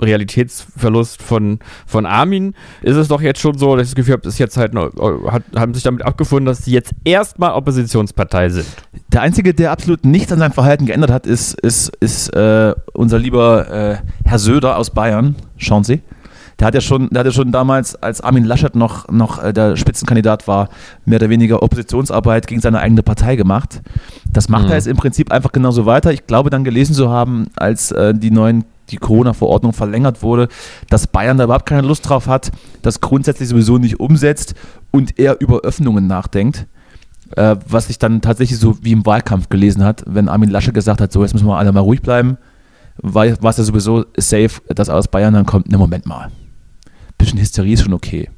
Realitätsverlust von, von Armin ist es doch jetzt schon so, dass ich das Gefühl habe, ist jetzt halt, eine- hat, haben sich damit abgefunden, dass sie jetzt erstmal Oppositionspartei sind.
Der Einzige, der absolut nichts an seinem Verhalten geändert hat, ist, ist, ist äh, unser lieber äh, Herr Söder aus Bayern. Schauen Sie. Der hat ja schon, der hat ja schon damals, als Armin Laschet noch, noch äh, der Spitzenkandidat war, mehr oder weniger Oppositionsarbeit gegen seine eigene Partei gemacht. Das macht
Mhm.
er jetzt im Prinzip einfach genauso weiter. Ich glaube dann gelesen zu haben, als äh, die neuen die Corona-Verordnung verlängert wurde, dass Bayern da überhaupt keine Lust drauf hat, das grundsätzlich sowieso nicht umsetzt und eher über Öffnungen nachdenkt äh, was ich dann tatsächlich so wie im Wahlkampf gelesen hat, wenn Armin Lasche gesagt hat, so jetzt müssen wir alle mal ruhig bleiben, weil war es ja sowieso safe, dass aus Bayern dann kommt, ne Moment mal, bisschen Hysterie ist schon okay.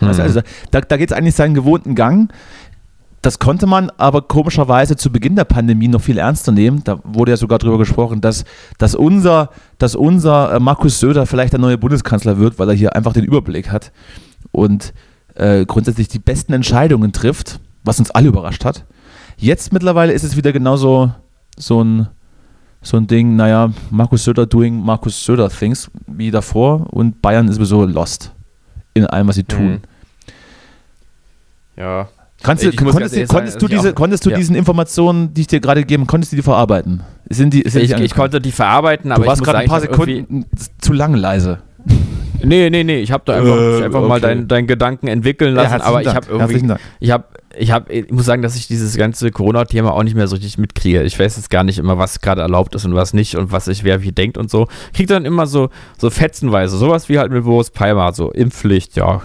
Also, also da, da geht es eigentlich seinen gewohnten Gang. Das konnte man aber komischerweise zu Beginn der Pandemie noch viel ernster nehmen. Da wurde ja sogar darüber gesprochen, dass, dass unser, dass unser äh, Markus Söder vielleicht der neue Bundeskanzler wird, weil er hier einfach den Überblick hat und äh, grundsätzlich die besten Entscheidungen trifft, was uns alle überrascht hat. Jetzt mittlerweile ist es wieder genauso so ein, so ein Ding, naja, Markus Söder doing Markus Söder Things wie davor und Bayern ist sowieso lost in allem, was sie tun.
Mhm. Ja.
Kannst du,
Ich muss ganz ehrlich sagen,
konntest, du- konntest,
dass
du
ich
diese,
auch-
konntest du
ja.
diesen Informationen, die ich dir gerade gegeben, konntest du die verarbeiten? Sind die, sind
Ich,
die
ich
angekommen?
konnte die verarbeiten, aber
du warst
ich muss
gerade ein
sagen,
paar
ich hab irgendwie-
Sekunden zu lang leise.
Nee, nee, nee, ich habe da einfach,
Äh,
ich einfach mal
okay.
deinen deinen Gedanken entwickeln lassen, aber ich habe irgendwie,
Dank.
ich habe, ich habe, ich muss sagen, dass ich dieses ganze Corona-Thema auch nicht mehr so richtig mitkriege. Ich weiß jetzt gar nicht immer, was gerade erlaubt ist und was nicht und was sich wer wie denkt und so. Kriegt dann immer so, so fetzenweise, sowas wie halt mit Boris Palmer, so Impfpflicht, ja.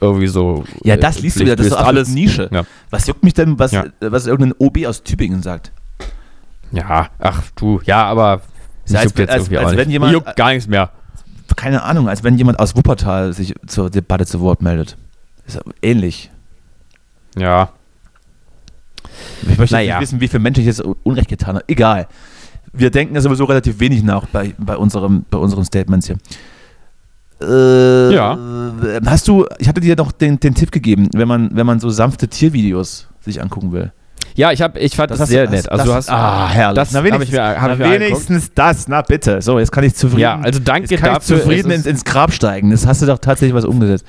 Irgendwie so. äh,
Ja, das liest du wieder, das ist
Impfpflicht
alles Nische.
Ja.
Was juckt mich denn, was,
Ja.
was irgendein OB aus Tübingen sagt?
Ja, ach du, ja, aber.
Ja, als-
juckt jetzt
als-
irgendwie
als
auch
wenn
nicht.
jemand-
juckt gar nichts mehr.
Keine Ahnung, als wenn jemand aus Wuppertal sich zur Debatte zu Wort meldet. Ist ähnlich.
Ja.
Ich möchte
Naja.
nicht wissen, wie viele Menschen ich jetzt Unrecht getan habe. Egal. Wir denken ja sowieso relativ wenig nach bei, bei, unserem, bei unseren Statements hier. Äh,
Ja.
Hast du, ich hatte dir noch den, den Tipp gegeben, wenn man, wenn man so sanfte Tiervideos sich angucken will.
Ja, ich, hab, ich fand das,
hast du-
sehr nett. Also, du
das-
hast.
ah, herrlich.
Das habe ich mir, hab ich
na
mir angeguckt.
wenigstens das, na bitte. So, jetzt kann ich zufrieden.
Ja, also danke
jetzt kann
dafür,
Ich zufrieden
es
ins,
ist-
ins Grab steigen. Das hast du doch tatsächlich was umgesetzt.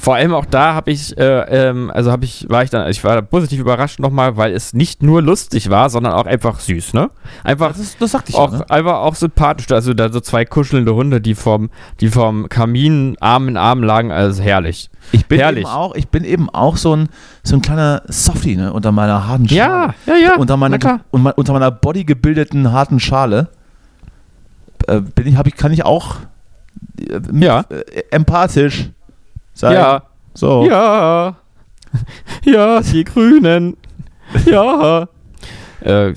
Vor allem auch da habe ich, äh, ähm, also habe ich, war ich dann, ich war positiv überrascht nochmal, weil es nicht nur lustig war, sondern auch einfach süß, ne? Einfach,
ist, ne? das sagte
auch, ne? einfach auch sympathisch. Also da so zwei kuschelnde Hunde, die vom, die vom Kamin Arm in Arm lagen, also herrlich.
Ich bin
Herrlich.
eben auch, ich bin eben auch so ein, so ein kleiner Softie, ne, unter meiner harten Schale.
Ja, ja, ja.
unter meiner,
na klar.
und mein- unter meiner bodygebildeten harten Schale äh, bin ich, hab ich, kann ich auch äh, mit-
Ja.
äh, empathisch sein.
Ja,
So.
ja. Ja, die Grünen. Ja. äh,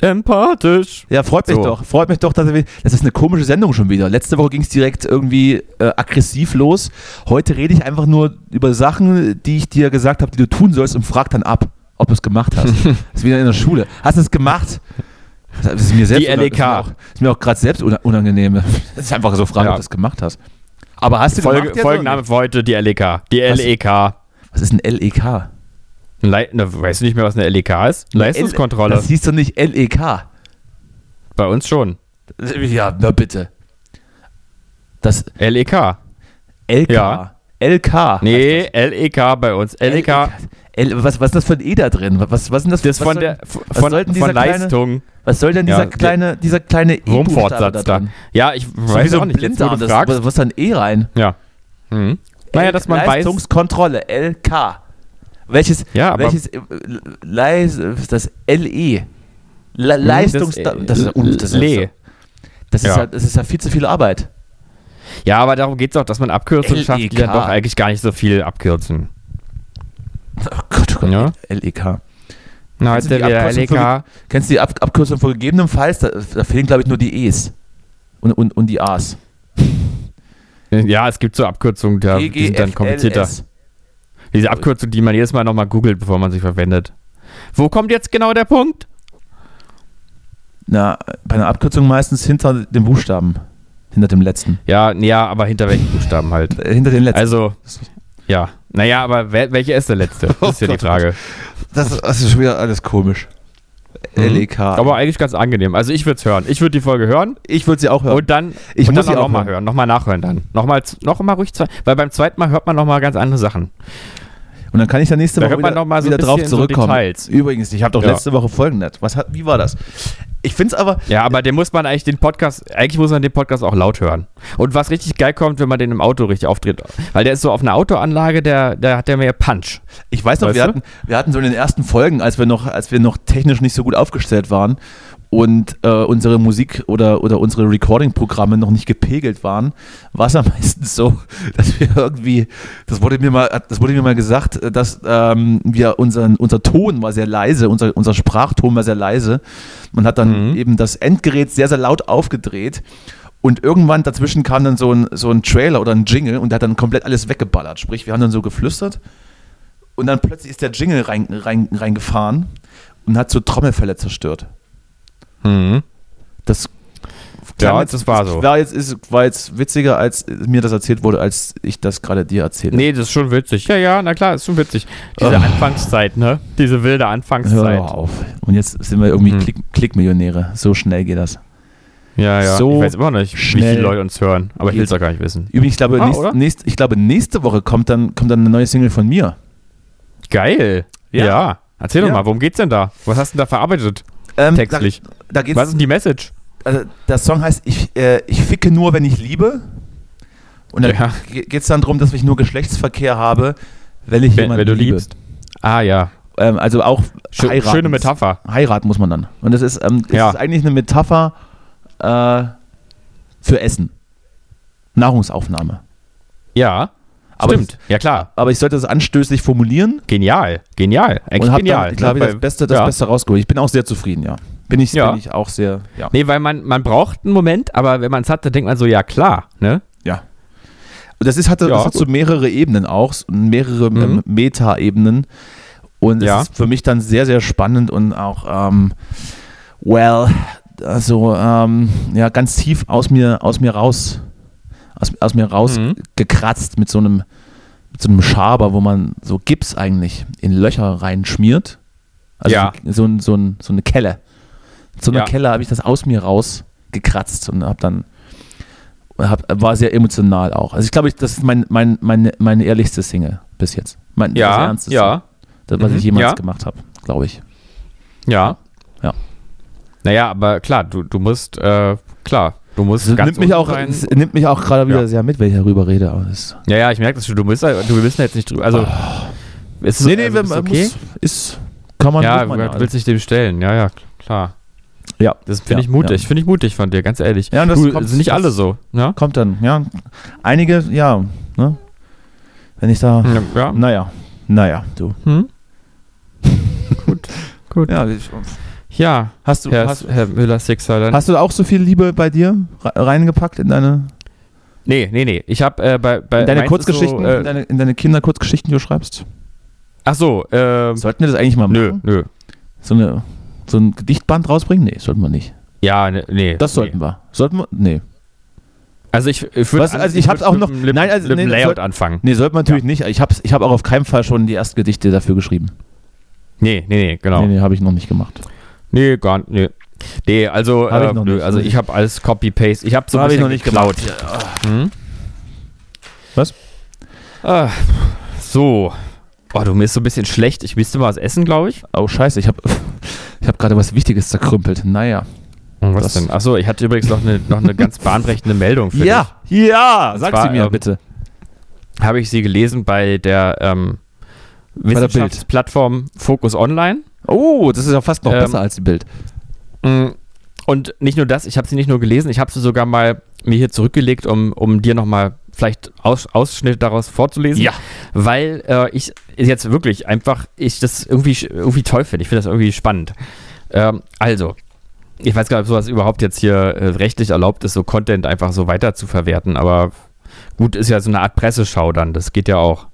empathisch.
Ja, freut mich
So.
doch. Freut mich doch, dass wir. Das ist eine komische Sendung schon wieder. Letzte Woche ging es direkt irgendwie äh, aggressiv los. Heute rede ich einfach nur über Sachen, die ich dir gesagt habe, die du tun sollst und frag dann ab, ob du es gemacht hast. das ist wieder in der Schule. Hast du es gemacht? Das ist mir selbst
Die E LEK.
Ist mir auch, ist mir auch gerade selbst una- unangenehm. Das ist einfach so Frage,
Ja.
ob du es gemacht hast. Aber hast du
Folge,
gemacht? jetzt
Folgenname für heute, die LEK. Die E
Was?
LEK.
oder? Was ist E ein LEK?
Le ne, weißt du nicht mehr, was eine LEK ist? Leistungskontrolle.
Das hieß doch nicht E LEK.
Bei uns schon.
Ja, na bitte. Das
LEK.
LK.
Ja.
LK.
E Nee, LEK bei uns.
E
LEK.
L, was, was ist das für ein E da drin? Was, was, ist denn das,
Das
was,
von
soll,
der
was
von,
sollten dieser
von
kleine-
Leistung.
was soll denn
Ja,
dieser
der-
kleine, dieser kleine E-Buchstabe
Wurmfortsatz da.
drin?
Ja, ich
So wie
weiß
so
auch
ein
nicht. Jetzt,
Blinddarm,
wo du
das,
fragst.
was was ist da ein E rein?
Ja. Mhm. Naja, dass man weiß.
Leistungskontrolle, LK. Welches,
Ja, aber-
welches, äh, Leis, das E. LE. Le,
Mhm, das,
Leistungs...
äh,
Das, ist ja un- das, ist ja-
Le.
das, ist
Ja.
ja, das ist ja viel zu viel Arbeit.
Ja, aber darum geht es auch, dass man Abkürzungen schafft,
E
die dann doch eigentlich gar nicht so viel abkürzen.
Oh Gott, oh Gott.
Ja?
LEK.
Na,
Kennst du
heute
die
wieder E
Abkürzung
LK.
Kennst du die Ab Abkürzung vor gegebenem Falls? Da, da fehlen, glaube ich, nur die E's. Und, und, und die A's.
Ja, es gibt so Abkürzungen, da, die sind dann komplizierter.
EGFLS.
Diese
Also
Abkürzung, die man jedes Mal nochmal googelt, bevor man sie verwendet. Wo kommt jetzt genau der Punkt?
Na, bei einer Abkürzung meistens hinter dem Buchstaben. Hinter dem letzten.
Ja, nee, ja, aber hinter welchen Buchstaben halt?
Äh, Hinter den letzten.
Also, ja. Naja, aber wel- welche ist der letzte? Das ist ja die
Oh Gott.
Frage.
das, ist schon wieder alles komisch. E LEK.
Aber eigentlich ganz angenehm. Also ich würde es hören. Ich würde die Folge hören
ich würde sie auch hören.
und dann,
Ich
und
muss
dann
sie auch
nochmal
hören.
hören. Nochmal nachhören dann. Nochmal, z- noch mal ruhig zwei. Weil beim zweiten Mal hört man nochmal ganz andere Sachen.
Und dann kann ich ja nächste
Da
Woche
hört man
wieder,
noch mal so
wieder
ein
drauf
bisschen so
zurückkommen.
Details.
Übrigens, ich habe doch
Ja.
letzte Woche Folgen nicht. Was hat, wie war das? Ich finde es aber,
Ja, aber den muss man eigentlich den Podcast, eigentlich muss man den Podcast auch laut hören. Und was richtig geil kommt, wenn man den im Auto richtig auftritt. Weil der ist so auf einer Autoanlage, der, der hat der mehr Punch.
ich weiß noch,
Weißt
wir
du?
hatten, wir hatten so in den ersten Folgen, als wir noch, als wir noch technisch nicht so gut aufgestellt waren und äh, unsere Musik oder, oder unsere Recording-Programme noch nicht gepegelt waren, war es ja meistens so, dass wir irgendwie, das wurde mir mal, das wurde mir mal gesagt, äh, dass ähm, wir unseren, unser Ton war sehr leise, unser, unser Sprachton war sehr leise. Man hat dann
Mhm.
eben das Endgerät sehr, sehr laut aufgedreht. Und irgendwann dazwischen kam dann so ein, so ein Trailer oder ein Jingle und der hat dann komplett alles weggeballert. Sprich, wir haben dann so geflüstert und dann plötzlich ist der Jingle rein, rein, reingefahren und hat so Trommelfälle zerstört.
Mhm.
Das
Ja,
klang
das war so.
War jetzt, ist, war jetzt witziger, als mir das erzählt wurde, als ich das gerade dir erzähle.
Nee, das ist schon witzig. Ja, ja, na klar, ist schon witzig. Diese Anfangszeit, ne? Diese wilde
Hör
Anfangszeit.
doch auf. Und jetzt sind wir
Mhm.
irgendwie Klick, Klickmillionäre. So schnell geht das.
Ja, ja.
So
ich weiß immer noch nicht, wie
schnell
viele Leute uns hören, aber ich will es auch gar nicht wissen.
Übrigens, ich glaube,
Ah,
nächst,
oder?
nächst, ich glaube nächste Woche kommt dann, kommt dann eine neue Single von mir.
Geil.
Ja.
Ja. Erzähl
Ja.
doch mal, worum geht's denn da? Was hast du denn da verarbeitet?
Ähm,
Textlich.
Da, da geht's,
Was ist denn die Message?
also der Song heißt ich, äh, ich ficke nur, wenn ich liebe. Und da
Ja.
geht es dann darum, dass ich nur Geschlechtsverkehr habe, wenn ich
Wenn,
jemanden
wenn du
liebe.
liebst. Ah ja.
Ähm, also auch
Schö-
heiraten.
schöne Metapher.
Heiraten muss man dann. Und das ist, ähm, das
Ja.
ist eigentlich eine Metapher äh, für Essen. Nahrungsaufnahme.
Ja.
Aber
stimmt. Ja klar.
Aber ich sollte das anstößlich formulieren
Genial. Genial.
und
Eigentlich
habe
genial.
dann, ich glaube,
ne?
das
Weil-
Beste, das
ja.
Beste rausgeholt. Ich bin auch sehr zufrieden, ja. Bin ich,
Ja.
bin ich auch sehr, ja.
Nee, weil man, man braucht einen Moment, aber wenn man es hat, dann denkt man so, ja klar, ne?
Ja. Und das ist, hatte,
Ja,
das hat so
gut. Mhm.
mehrere Ebenen auch, so mehrere ähm, Meta-Ebenen. Und es
Ja.
ist für mich dann sehr, sehr spannend und auch, ähm, well, also, ähm, ja, ganz tief aus mir, aus mir raus, aus, aus mir raus
Mhm.
gekratzt mit so einem, mit so einem Schaber, wo man so Gips eigentlich in Löcher reinschmiert. Also
Ja.
so, ein, so, ein, so eine Kelle. So eine
Ja.
Kelle habe ich das aus mir raus gekratzt und habe dann hab, war sehr emotional auch. Also ich glaube, ich, das ist mein, mein, meine, meine ehrlichste Single bis jetzt. Mein, das
Ja,
Ernsteste,
ja,
das, was
Mhm,
ich jemals
ja.
gemacht habe, glaube ich.
ja.
Ja.
Naja, aber klar, du, du musst, äh, klar, du musst
Es nimmt, mich
unten
auch,
sein.
es nimmt mich auch gerade wieder
Ja.
sehr mit, wenn ich darüber rede. Aber es,
Ja, ja, ich merke das schon, du musst, halt- du wissen jetzt nicht drüber, also, ist es, also, ist okay?
muss, ist, kann man, also.
ja,
muss man
du willst dich dem stellen, ja, ja, klar.
ja.
Das finde
Ja,
ich mutig, finde ich mutig von dir, ganz ehrlich.
Ja, und das
du,
kommt-
sind nicht
das-
alle so, ne? ja?
Kommt dann, ja. Einige, ja. Ne? Wenn ich da,
Ja, ja.
naja, naja, du.
Hm? gut, gut. Ja,
Ja, ich, hast du,
Herr,
hast,
Herr Müller-Sixer,
hast du auch so viel Liebe bei dir re- reingepackt in deine,
Nee, nee, nee. Ich habe äh, bei, bei
in deine
meins ist
Kurzgeschichten,
So, äh,
in deine, in deine Kinderkurzgeschichten, die du schreibst?
ach so, ähm,
Sollten wir das eigentlich mal
nö,
machen?
nö.
So, eine, so ein Gedichtband rausbringen? Nee, sollten wir nicht.
Ja, ne- nee.
Das
nee.
sollten wir. Sollten wir? Nee.
Also ich, ich würde
Was, also ich hab's auch noch-
nein, also mit
nee,
dem
das
Layout
soll-
anfangen.
Nee, sollten wir natürlich nicht. Ich habe ich hab auch auf keinen Fall schon die ersten Gedichte dafür geschrieben.
Nee, nee, nee, genau.
Nee,
Nee,
nee, habe ich noch nicht gemacht.
gar nicht. Nee. Nee, also
Hab ich
äh,
noch
nö,
nicht.
also ich habe alles Copy Paste. Ich habe so ein
Hab ich
bisschen
noch nicht
geklaut. Hm?
Was?
Ah, so. Boah, du mir ist so ein bisschen schlecht. Ich müsste mal was essen, glaube ich.
Oh, scheiße, ich habe ich hab gerade was Wichtiges zerkrümpelt. Naja.
Und
Das-
was denn? Achso, ich hatte übrigens noch eine, noch eine ganz bahnbrechende Meldung für dich.
ja,
Und
sag
zwar,
sie mir
ähm,
bitte.
habe ich sie gelesen bei der ähm,
der Bild.
Wissenschaftsplattform Focus Online.
Oh, das ist ja fast noch
ähm,
besser als die Bild.
Mm, Und nicht nur das, ich habe sie nicht nur gelesen, ich habe sie sogar mal mir hier zurückgelegt, um, um dir nochmal vielleicht Aus, Ausschnitt daraus vorzulesen.
Ja.
Weil äh, ich jetzt wirklich einfach, ich das irgendwie, irgendwie toll finde. Ich finde das irgendwie spannend. Ähm, also, ich weiß gar nicht, ob sowas überhaupt jetzt hier äh, rechtlich erlaubt ist, so Content einfach so weiter zu verwerten, aber gut, ist ja so eine Art Presseschau dann, das geht ja auch.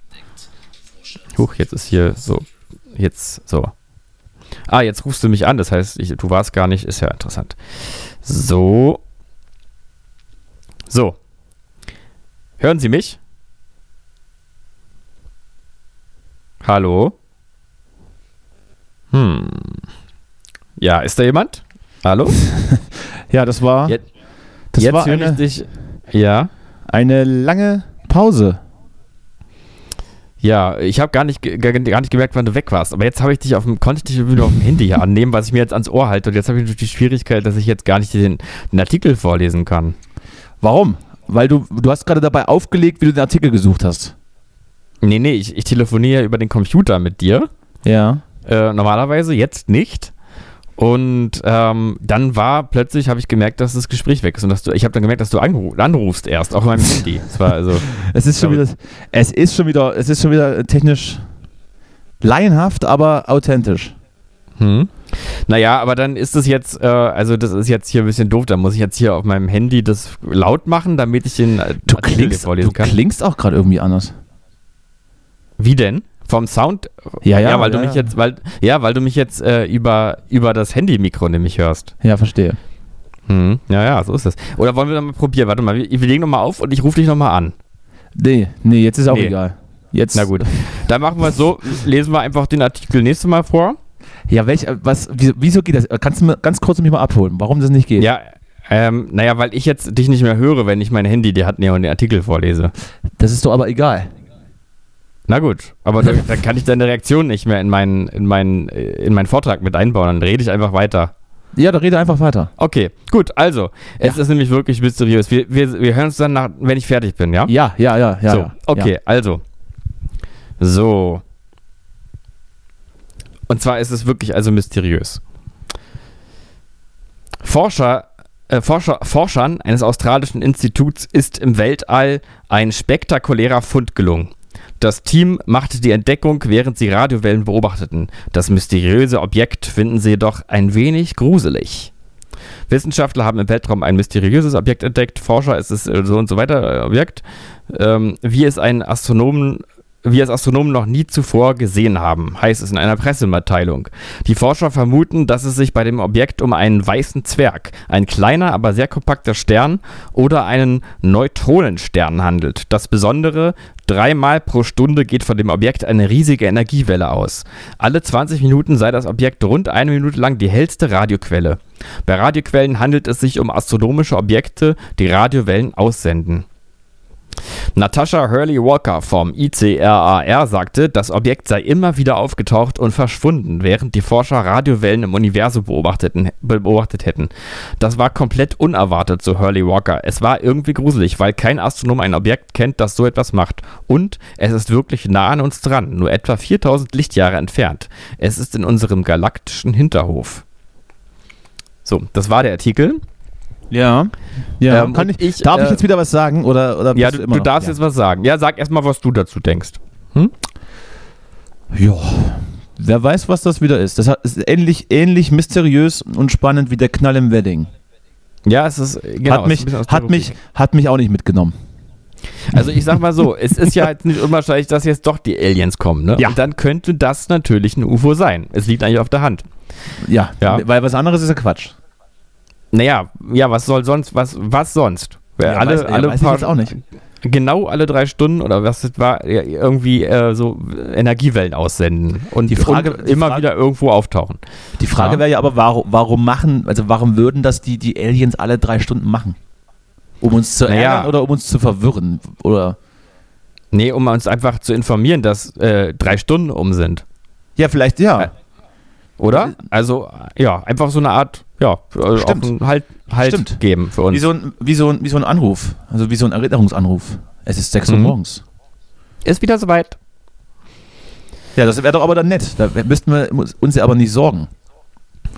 Huch, jetzt ist hier so, jetzt so. Ah, jetzt rufst du mich an, das heißt, ich, du warst gar nicht, ist ja interessant. So. So. Hören Sie mich? Hallo? Hm. Ja, ist da jemand? Hallo?
Ja, das war,
Jetzt,
das
jetzt
war
höre ich
eine,
dich. Ja.
eine lange Pause.
Ja, ich habe gar nicht, ge- gar, gar nicht gemerkt, wann du weg warst. Aber jetzt habe ich dich auf dem, konnte ich dich wieder auf dem Handy hier annehmen, was ich mir jetzt ans Ohr halte. Und jetzt habe ich natürlich die Schwierigkeit, dass ich jetzt gar nicht den, den Artikel vorlesen kann.
Warum? Weil du, du hast gerade dabei aufgelegt, wie du den Artikel gesucht hast.
Nee, nee, ich, ich telefoniere über den Computer mit dir.
Ja.
Äh, normalerweise, jetzt nicht. Und ähm, dann war plötzlich, habe ich gemerkt, dass das Gespräch weg ist. Und dass du, ich habe dann gemerkt, dass du angeru- anrufst erst, auf meinem Handy. Das war also.
Es ist schon wieder, es ist schon wieder, es ist schon wieder technisch laienhaft, aber authentisch.
Hm. Naja, aber dann ist es jetzt, äh, also das ist jetzt hier ein bisschen doof, da muss ich jetzt hier auf meinem Handy das laut machen, damit ich den äh,
Du
Artikel
klingst,
vorlesen
du
kann.
klingst auch gerade irgendwie anders.
Wie denn? Vom Sound?
Ja, ja,
weil du
ja,
mich
ja.
jetzt, weil, ja, weil du mich jetzt äh, über, über das Handy-Mikro nämlich hörst.
Ja, verstehe.
Hm. Ja, ja, so ist das. Oder wollen wir nochmal probieren? Warte mal, wir, wir legen nochmal auf und ich rufe dich nochmal an.
Nee, nee, jetzt ist auch
Nee.
egal. Jetzt.
Na gut. Dann machen wir es so, lesen wir einfach den Artikel nächstes Mal vor.
Ja, welch, was, wieso, wieso geht das? Kannst du mir ganz kurz mich mal abholen, warum das nicht geht?
Ja, ähm, naja, weil ich jetzt dich nicht mehr höre, wenn ich mein Handy dir hat, nee, und den Artikel vorlese.
Das ist doch aber egal.
Na gut, aber dann, dann kann ich deine Reaktion nicht mehr in meinen, in meinen, äh, in meinen Vortrag mit einbauen. Dann rede ich einfach weiter.
Ja, dann rede einfach weiter.
Okay, gut, also, es ist nämlich wirklich mysteriös. Wir, wir, wir hören uns dann nach, wenn ich fertig bin, ja?
Ja, ja, ja, ja.
so,
ja,
okay, also. So. Und zwar ist es wirklich also mysteriös. Forscher, äh, Forscher, Forschern eines australischen Instituts ist im Weltall ein spektakulärer Fund gelungen. Das Team machte die Entdeckung, während sie Radiowellen beobachteten. Das mysteriöse Objekt finden sie jedoch ein wenig gruselig. Wissenschaftler haben im Weltraum ein mysteriöses Objekt entdeckt, Forscher ist es äh, so und so weiter äh, Objekt, ähm, wie es einen Astronomen wie es Astronomen noch nie zuvor gesehen haben, heißt es in einer Pressemitteilung. Die Forscher vermuten, dass es sich bei dem Objekt um einen weißen Zwerg, ein kleiner, aber sehr kompakter Stern oder einen Neutronenstern handelt. Das Besondere, dreimal pro Stunde geht von dem Objekt eine riesige Energiewelle aus. Alle 20 Minuten sei das Objekt rund eine Minute lang die hellste Radioquelle. Bei Radioquellen handelt es sich um astronomische Objekte, die Radiowellen aussenden. Natasha Hurley Walker vom ICRAR sagte, das Objekt sei immer wieder aufgetaucht und verschwunden, während die Forscher Radiowellen im Universum beobachteten, beobachtet hätten. Das war komplett unerwartet, so Hurley Walker. Es war irgendwie gruselig, weil kein Astronom ein Objekt kennt, das so etwas macht. Und es ist wirklich nah an uns dran, nur etwa 4000 Lichtjahre entfernt. Es ist in unserem galaktischen Hinterhof. So, das war der Artikel.
Ja. Ja,
Ähm,
kann
und
ich,
ich,
darf
äh,
ich jetzt wieder was sagen? Oder, oder
Ja,
bist
du,
immer
du
noch-
darfst
ja.
jetzt was sagen. Ja, sag erstmal, was du dazu denkst.
Ja. Wer weiß, was das wieder ist. Das hat- ist ähnlich, ähnlich mysteriös und spannend wie der Knall im Wedding.
Ja, es ist genau.
hat, mich,
es ist ein bisschen aus der
hat, mich,
Rubrik.
hat mich auch nicht mitgenommen.
Also ich sag mal so, es ist ja halt nicht unwahrscheinlich, dass jetzt doch die Aliens kommen. Ne?
Ja.
Und dann könnte das natürlich ein UFO sein. Es liegt eigentlich auf der Hand.
Ja,
Ja.
weil was anderes ist ja Quatsch.
Naja, ja, was soll sonst, was, was sonst? Weil
Ja,
Äh, alle,
weiß- ja,
alle
weiß ich jetzt auch nicht.
Genau alle drei Stunden oder was das war, ja, irgendwie äh, so Energiewellen aussenden und,
Die Frage-
und
die
immer
Frage-
wieder irgendwo auftauchen.
Die Frage
Ja.
wäre ja aber, warum, warum machen, also warum würden das die, die Aliens alle drei Stunden machen? Um uns zu
Naja.
ärgern oder um uns zu verwirren? Oder
Nee, um uns einfach zu informieren, dass äh, drei Stunden um sind.
ja, vielleicht ja.
Äh, Oder? Also, ja, einfach so eine Art, ja, äh,
Äh, Stimmt.
auch einen Halt, halt
Stimmt.
geben für uns.
Wie so, ein, wie, so ein, wie so ein Anruf, also wie so ein Erinnerungsanruf. Es ist 6 Uhr
Mhm.
morgens.
Ist wieder soweit.
Ja, das wäre doch aber dann nett. Da müssten wir uns ja aber nicht sorgen.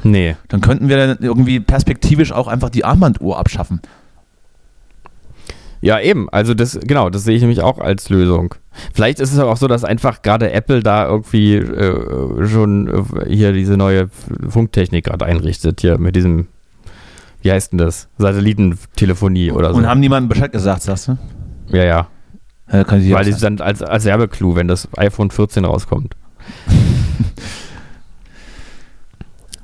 Nee.
Dann könnten wir dann irgendwie perspektivisch auch einfach die Armbanduhr abschaffen.
Ja, eben. Also das, genau, das sehe ich nämlich auch als Lösung. Vielleicht ist es aber auch so, dass einfach gerade Apple da irgendwie äh, schon äh, hier diese neue Funktechnik gerade einrichtet, hier mit diesem, wie heißt denn das? Satellitentelefonie oder so.
Und haben niemandem Bescheid gesagt, sagst du?
Ja, ja.
Ja, kann ich dir
Weil
auch
die dann als, als Werbeclou, wenn das iPhone 14 rauskommt.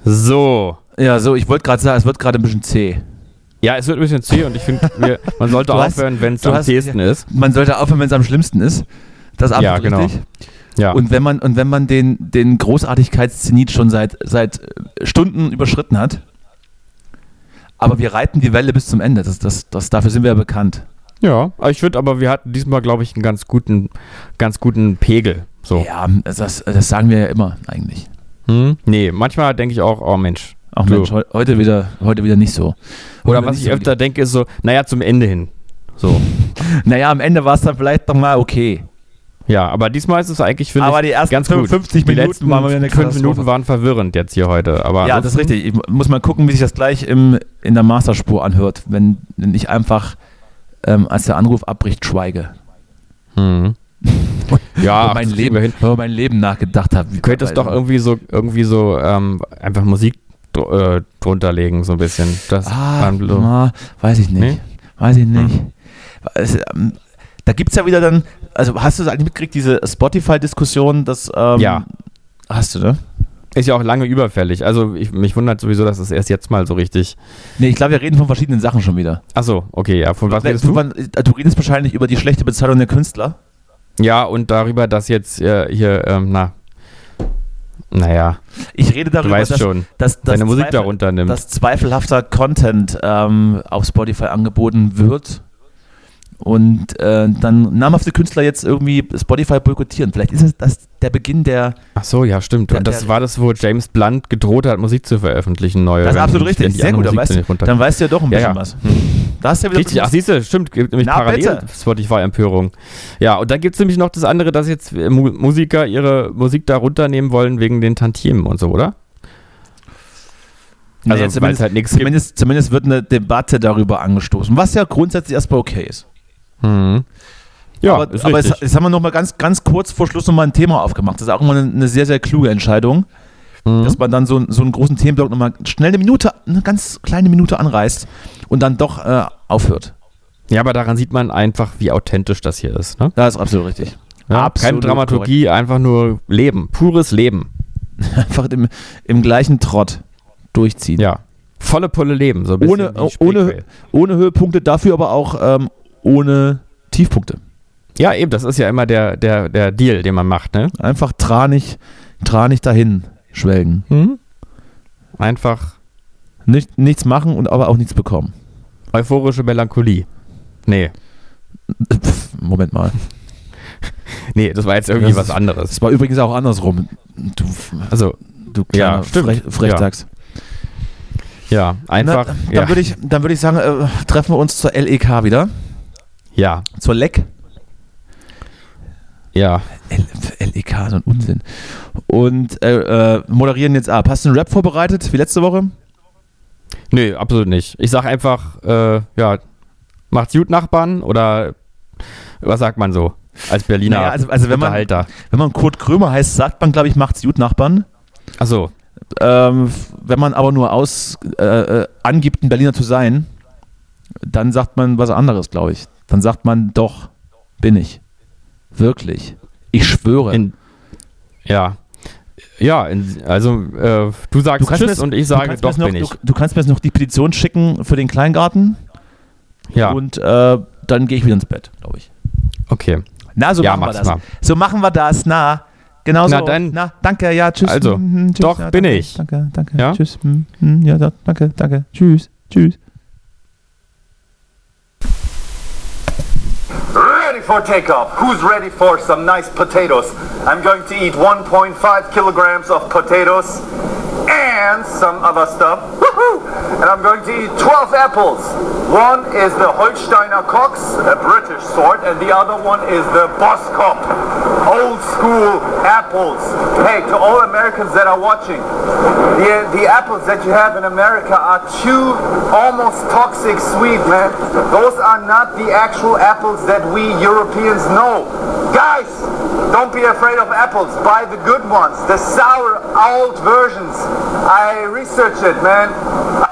so.
sagen. ja, so, ich wollte gerade sagen, es wird gerade ein bisschen zäh.
Ja, es wird ein bisschen zäh und ich finde, wir- man sollte
Du hast-
aufhören, wenn es
du
am
hast-
zähesten ist.
Man sollte aufhören, wenn es am schlimmsten ist. Das ist
Ja,
absolut
genau.
richtig.
Ja.
Und wenn man, und wenn man den, den Großartigkeitszenit schon seit, seit äh, Stunden überschritten hat, aber wir reiten die Welle bis zum Ende. Das, das, das, dafür sind wir ja bekannt.
ja, aber ich würde aber, wir hatten diesmal, glaube ich, einen ganz guten, ganz guten Pegel. So.
Ja, das, das- das sagen wir ja immer eigentlich.
Hm? Nee, manchmal denke ich auch, oh Mensch.
Auch
Du.
Mensch, heu- heute wieder, heute wieder nicht so.
Oder
Heute
was
nicht
ich
so
öfter denke, ist so, naja, zum Ende hin. So.
lieb. Naja, am Ende war es dann vielleicht nochmal okay.
Ja, aber diesmal ist es eigentlich, finde ich,
Aber die ersten
ganz gut.
55
die
Minuten
letzten
waren wieder eine
5 Minuten
Katastrophe.
waren verwirrend jetzt hier heute. Aber
Ja, das ist richtig. Ich mu- muss mal gucken, wie sich das gleich im, in der Masterspur anhört, wenn, wenn ich einfach, ähm, als der Anruf abbricht, schweige.
Hm. Ja, Ah, das
über, mein
kriegen
Leben,
wir hin.
über mein Leben nachgedacht habe. Wie-
Du könntest doch irgendwie so, irgendwie so ähm, einfach Musik dr äh, drunter legen, so ein bisschen. Das
Ah,
waren so-
na, weiß ich nicht.
Nee? Hm.
Weiß ich nicht. Es, ähm, da gibt es ja wieder dann, also hast du es eigentlich mitgekriegt, diese Spotify-Diskussion, dass. Ähm,
Ja.
Hast du, ne?
Ist ja auch lange überfällig. Also ich, mich wundert sowieso, dass es erst jetzt mal so richtig.
Nee, ich glaube, wir reden von verschiedenen Sachen schon wieder.
Achso, okay, ja. Von was redest
du,
du?
du redest wahrscheinlich über die schlechte Bezahlung der Künstler.
Ja, und darüber, dass jetzt äh, hier, ähm, na. Naja,
Ich
du
rede darüber,
weißt
dass,
schon,
dass, dass
deine Musik
Zweifel-
darunter nimmt.
dass zweifelhafter Content ähm, auf Spotify angeboten wird und äh, dann namhafte Künstler jetzt irgendwie Spotify boykottieren. Vielleicht ist es das der Beginn der.
Ach so, ja, stimmt.
Der-
Und das
der-
war das, wo James Blunt gedroht hat, Musik zu veröffentlichen, neue.
Das ist
wenn
absolut
nicht- wenn
richtig.
die
Sehr
andere
gut, dann
Musik
weißt,
nicht
du,
runter-
dann weißt du ja doch ein
Ja,
bisschen
ja.
was. Da hast du ja wieder
Richtig, ach siehst du, stimmt, gibt nämlich
Na,
parallel
bitte.
Spotify-Empörung. Ja, und dann gibt es nämlich noch das andere, dass jetzt äh, Mu Musiker ihre Musik da runternehmen wollen wegen den Tantiemen und so, oder? Also,
Naja,
weil es
zumindest,
halt nichts gibt.
zumindest, zumindest wird eine Debatte darüber angestoßen, was ja grundsätzlich erstmal okay ist.
Hm. Ja,
aber
ist
aber jetzt,
richtig.
jetzt haben wir nochmal ganz, ganz kurz vor Schluss nochmal ein Thema aufgemacht. Das ist auch immer eine, eine sehr, sehr kluge Entscheidung,
Mhm.
dass man dann so, so einen großen Themenblock nochmal schnell eine Minute, eine ganz kleine Minute anreißt und dann doch äh, aufhört.
ja, aber daran sieht man einfach, wie authentisch das hier ist. Ne?
Das ist absolut richtig.
Ja,
absolut
keine Dramaturgie, einfach nur Leben, pures Leben.
Einfach im, im gleichen Trott durchziehen.
Ja, volle Pulle Leben, so ein bisschen
Ohne,
wie Speakwell.
ohne, ohne Höhepunkte, dafür aber auch ähm, ohne Tiefpunkte.
Ja, eben, das ist ja immer der, der, der Deal, den man macht, ne?
Einfach tranig, tranig dahin schwelgen.
Einfach
Nicht, nichts machen und aber auch nichts bekommen.
euphorische Melancholie. Nee,
Pff, Moment mal.
nee, das war jetzt irgendwie
Das
was
ist-
anderes.
Es war übrigens auch andersrum. Du,
Also,
du kleiner
Ja, stimmt.
Frech,
Ja.
Frechdachs.
ja,
Na,
einfach.
Dann
ja.
würde ich, dann würde ich sagen, äh, treffen wir uns zur LEK wieder.
ja,
Zur LEC.
ja.
L LEK, so ein Unsinn. Und äh, äh, moderieren jetzt ab. Hast du einen Rap vorbereitet, wie letzte Woche?
Nee, absolut nicht. Ich sag einfach, äh, ja, macht's gut, Nachbarn oder was sagt man so? Als Berliner
Naja, also- also wenn man-
Unterhalter.
Wenn man Kurt Krömer heißt, sagt man, glaube ich, macht's gut, Nachbarn.
Achso,
Ähm, f- wenn man aber nur aus, äh, äh, angibt, ein Berliner zu sein, dann sagt man was anderes, glaube ich. Dann sagt man, doch, bin ich. Wirklich. Ich schwöre.
in. Ja. Ja, in, also äh, du sagst
kannst mir
Tschüss
das-
und ich
Du
sage,
kannst mir
doch
jetzt noch,
bin ich.
Du, du kannst mir jetzt noch die Petition schicken für den Kleingarten
Ja,
und äh, dann gehe ich wieder ins Bett, glaube ich.
okay.
Na, so
Ja,
machen wir
mach's
das.
mal.
So machen wir das, na. Genau
Na
so.
dann.
Na, danke, ja, tschüss.
Also,
Mhm, tschüss,
doch
ja,
bin
danke,
ich.
Danke, danke,
Ja?
tschüss. mhm, mhm, ja, doch, danke, danke, tschüss, tschüss.
Ready for takeoff. Who's ready for some nice potatoes? I'm going to eat 1.5 kilograms of potatoes and some other stuff. Woohoo! And I'm going to eat 12 apples. One is the Holsteiner Cox, a British sort, and the other one is the Boskop. Old school apples. Hey, to all Americans that are watching, the, the apples that you have in America are too almost toxic sweet, man. Those are not the actual apples that we Europeans know. Guys, don't be afraid of apples. Buy the good ones, the sour old versions. I researched it, man.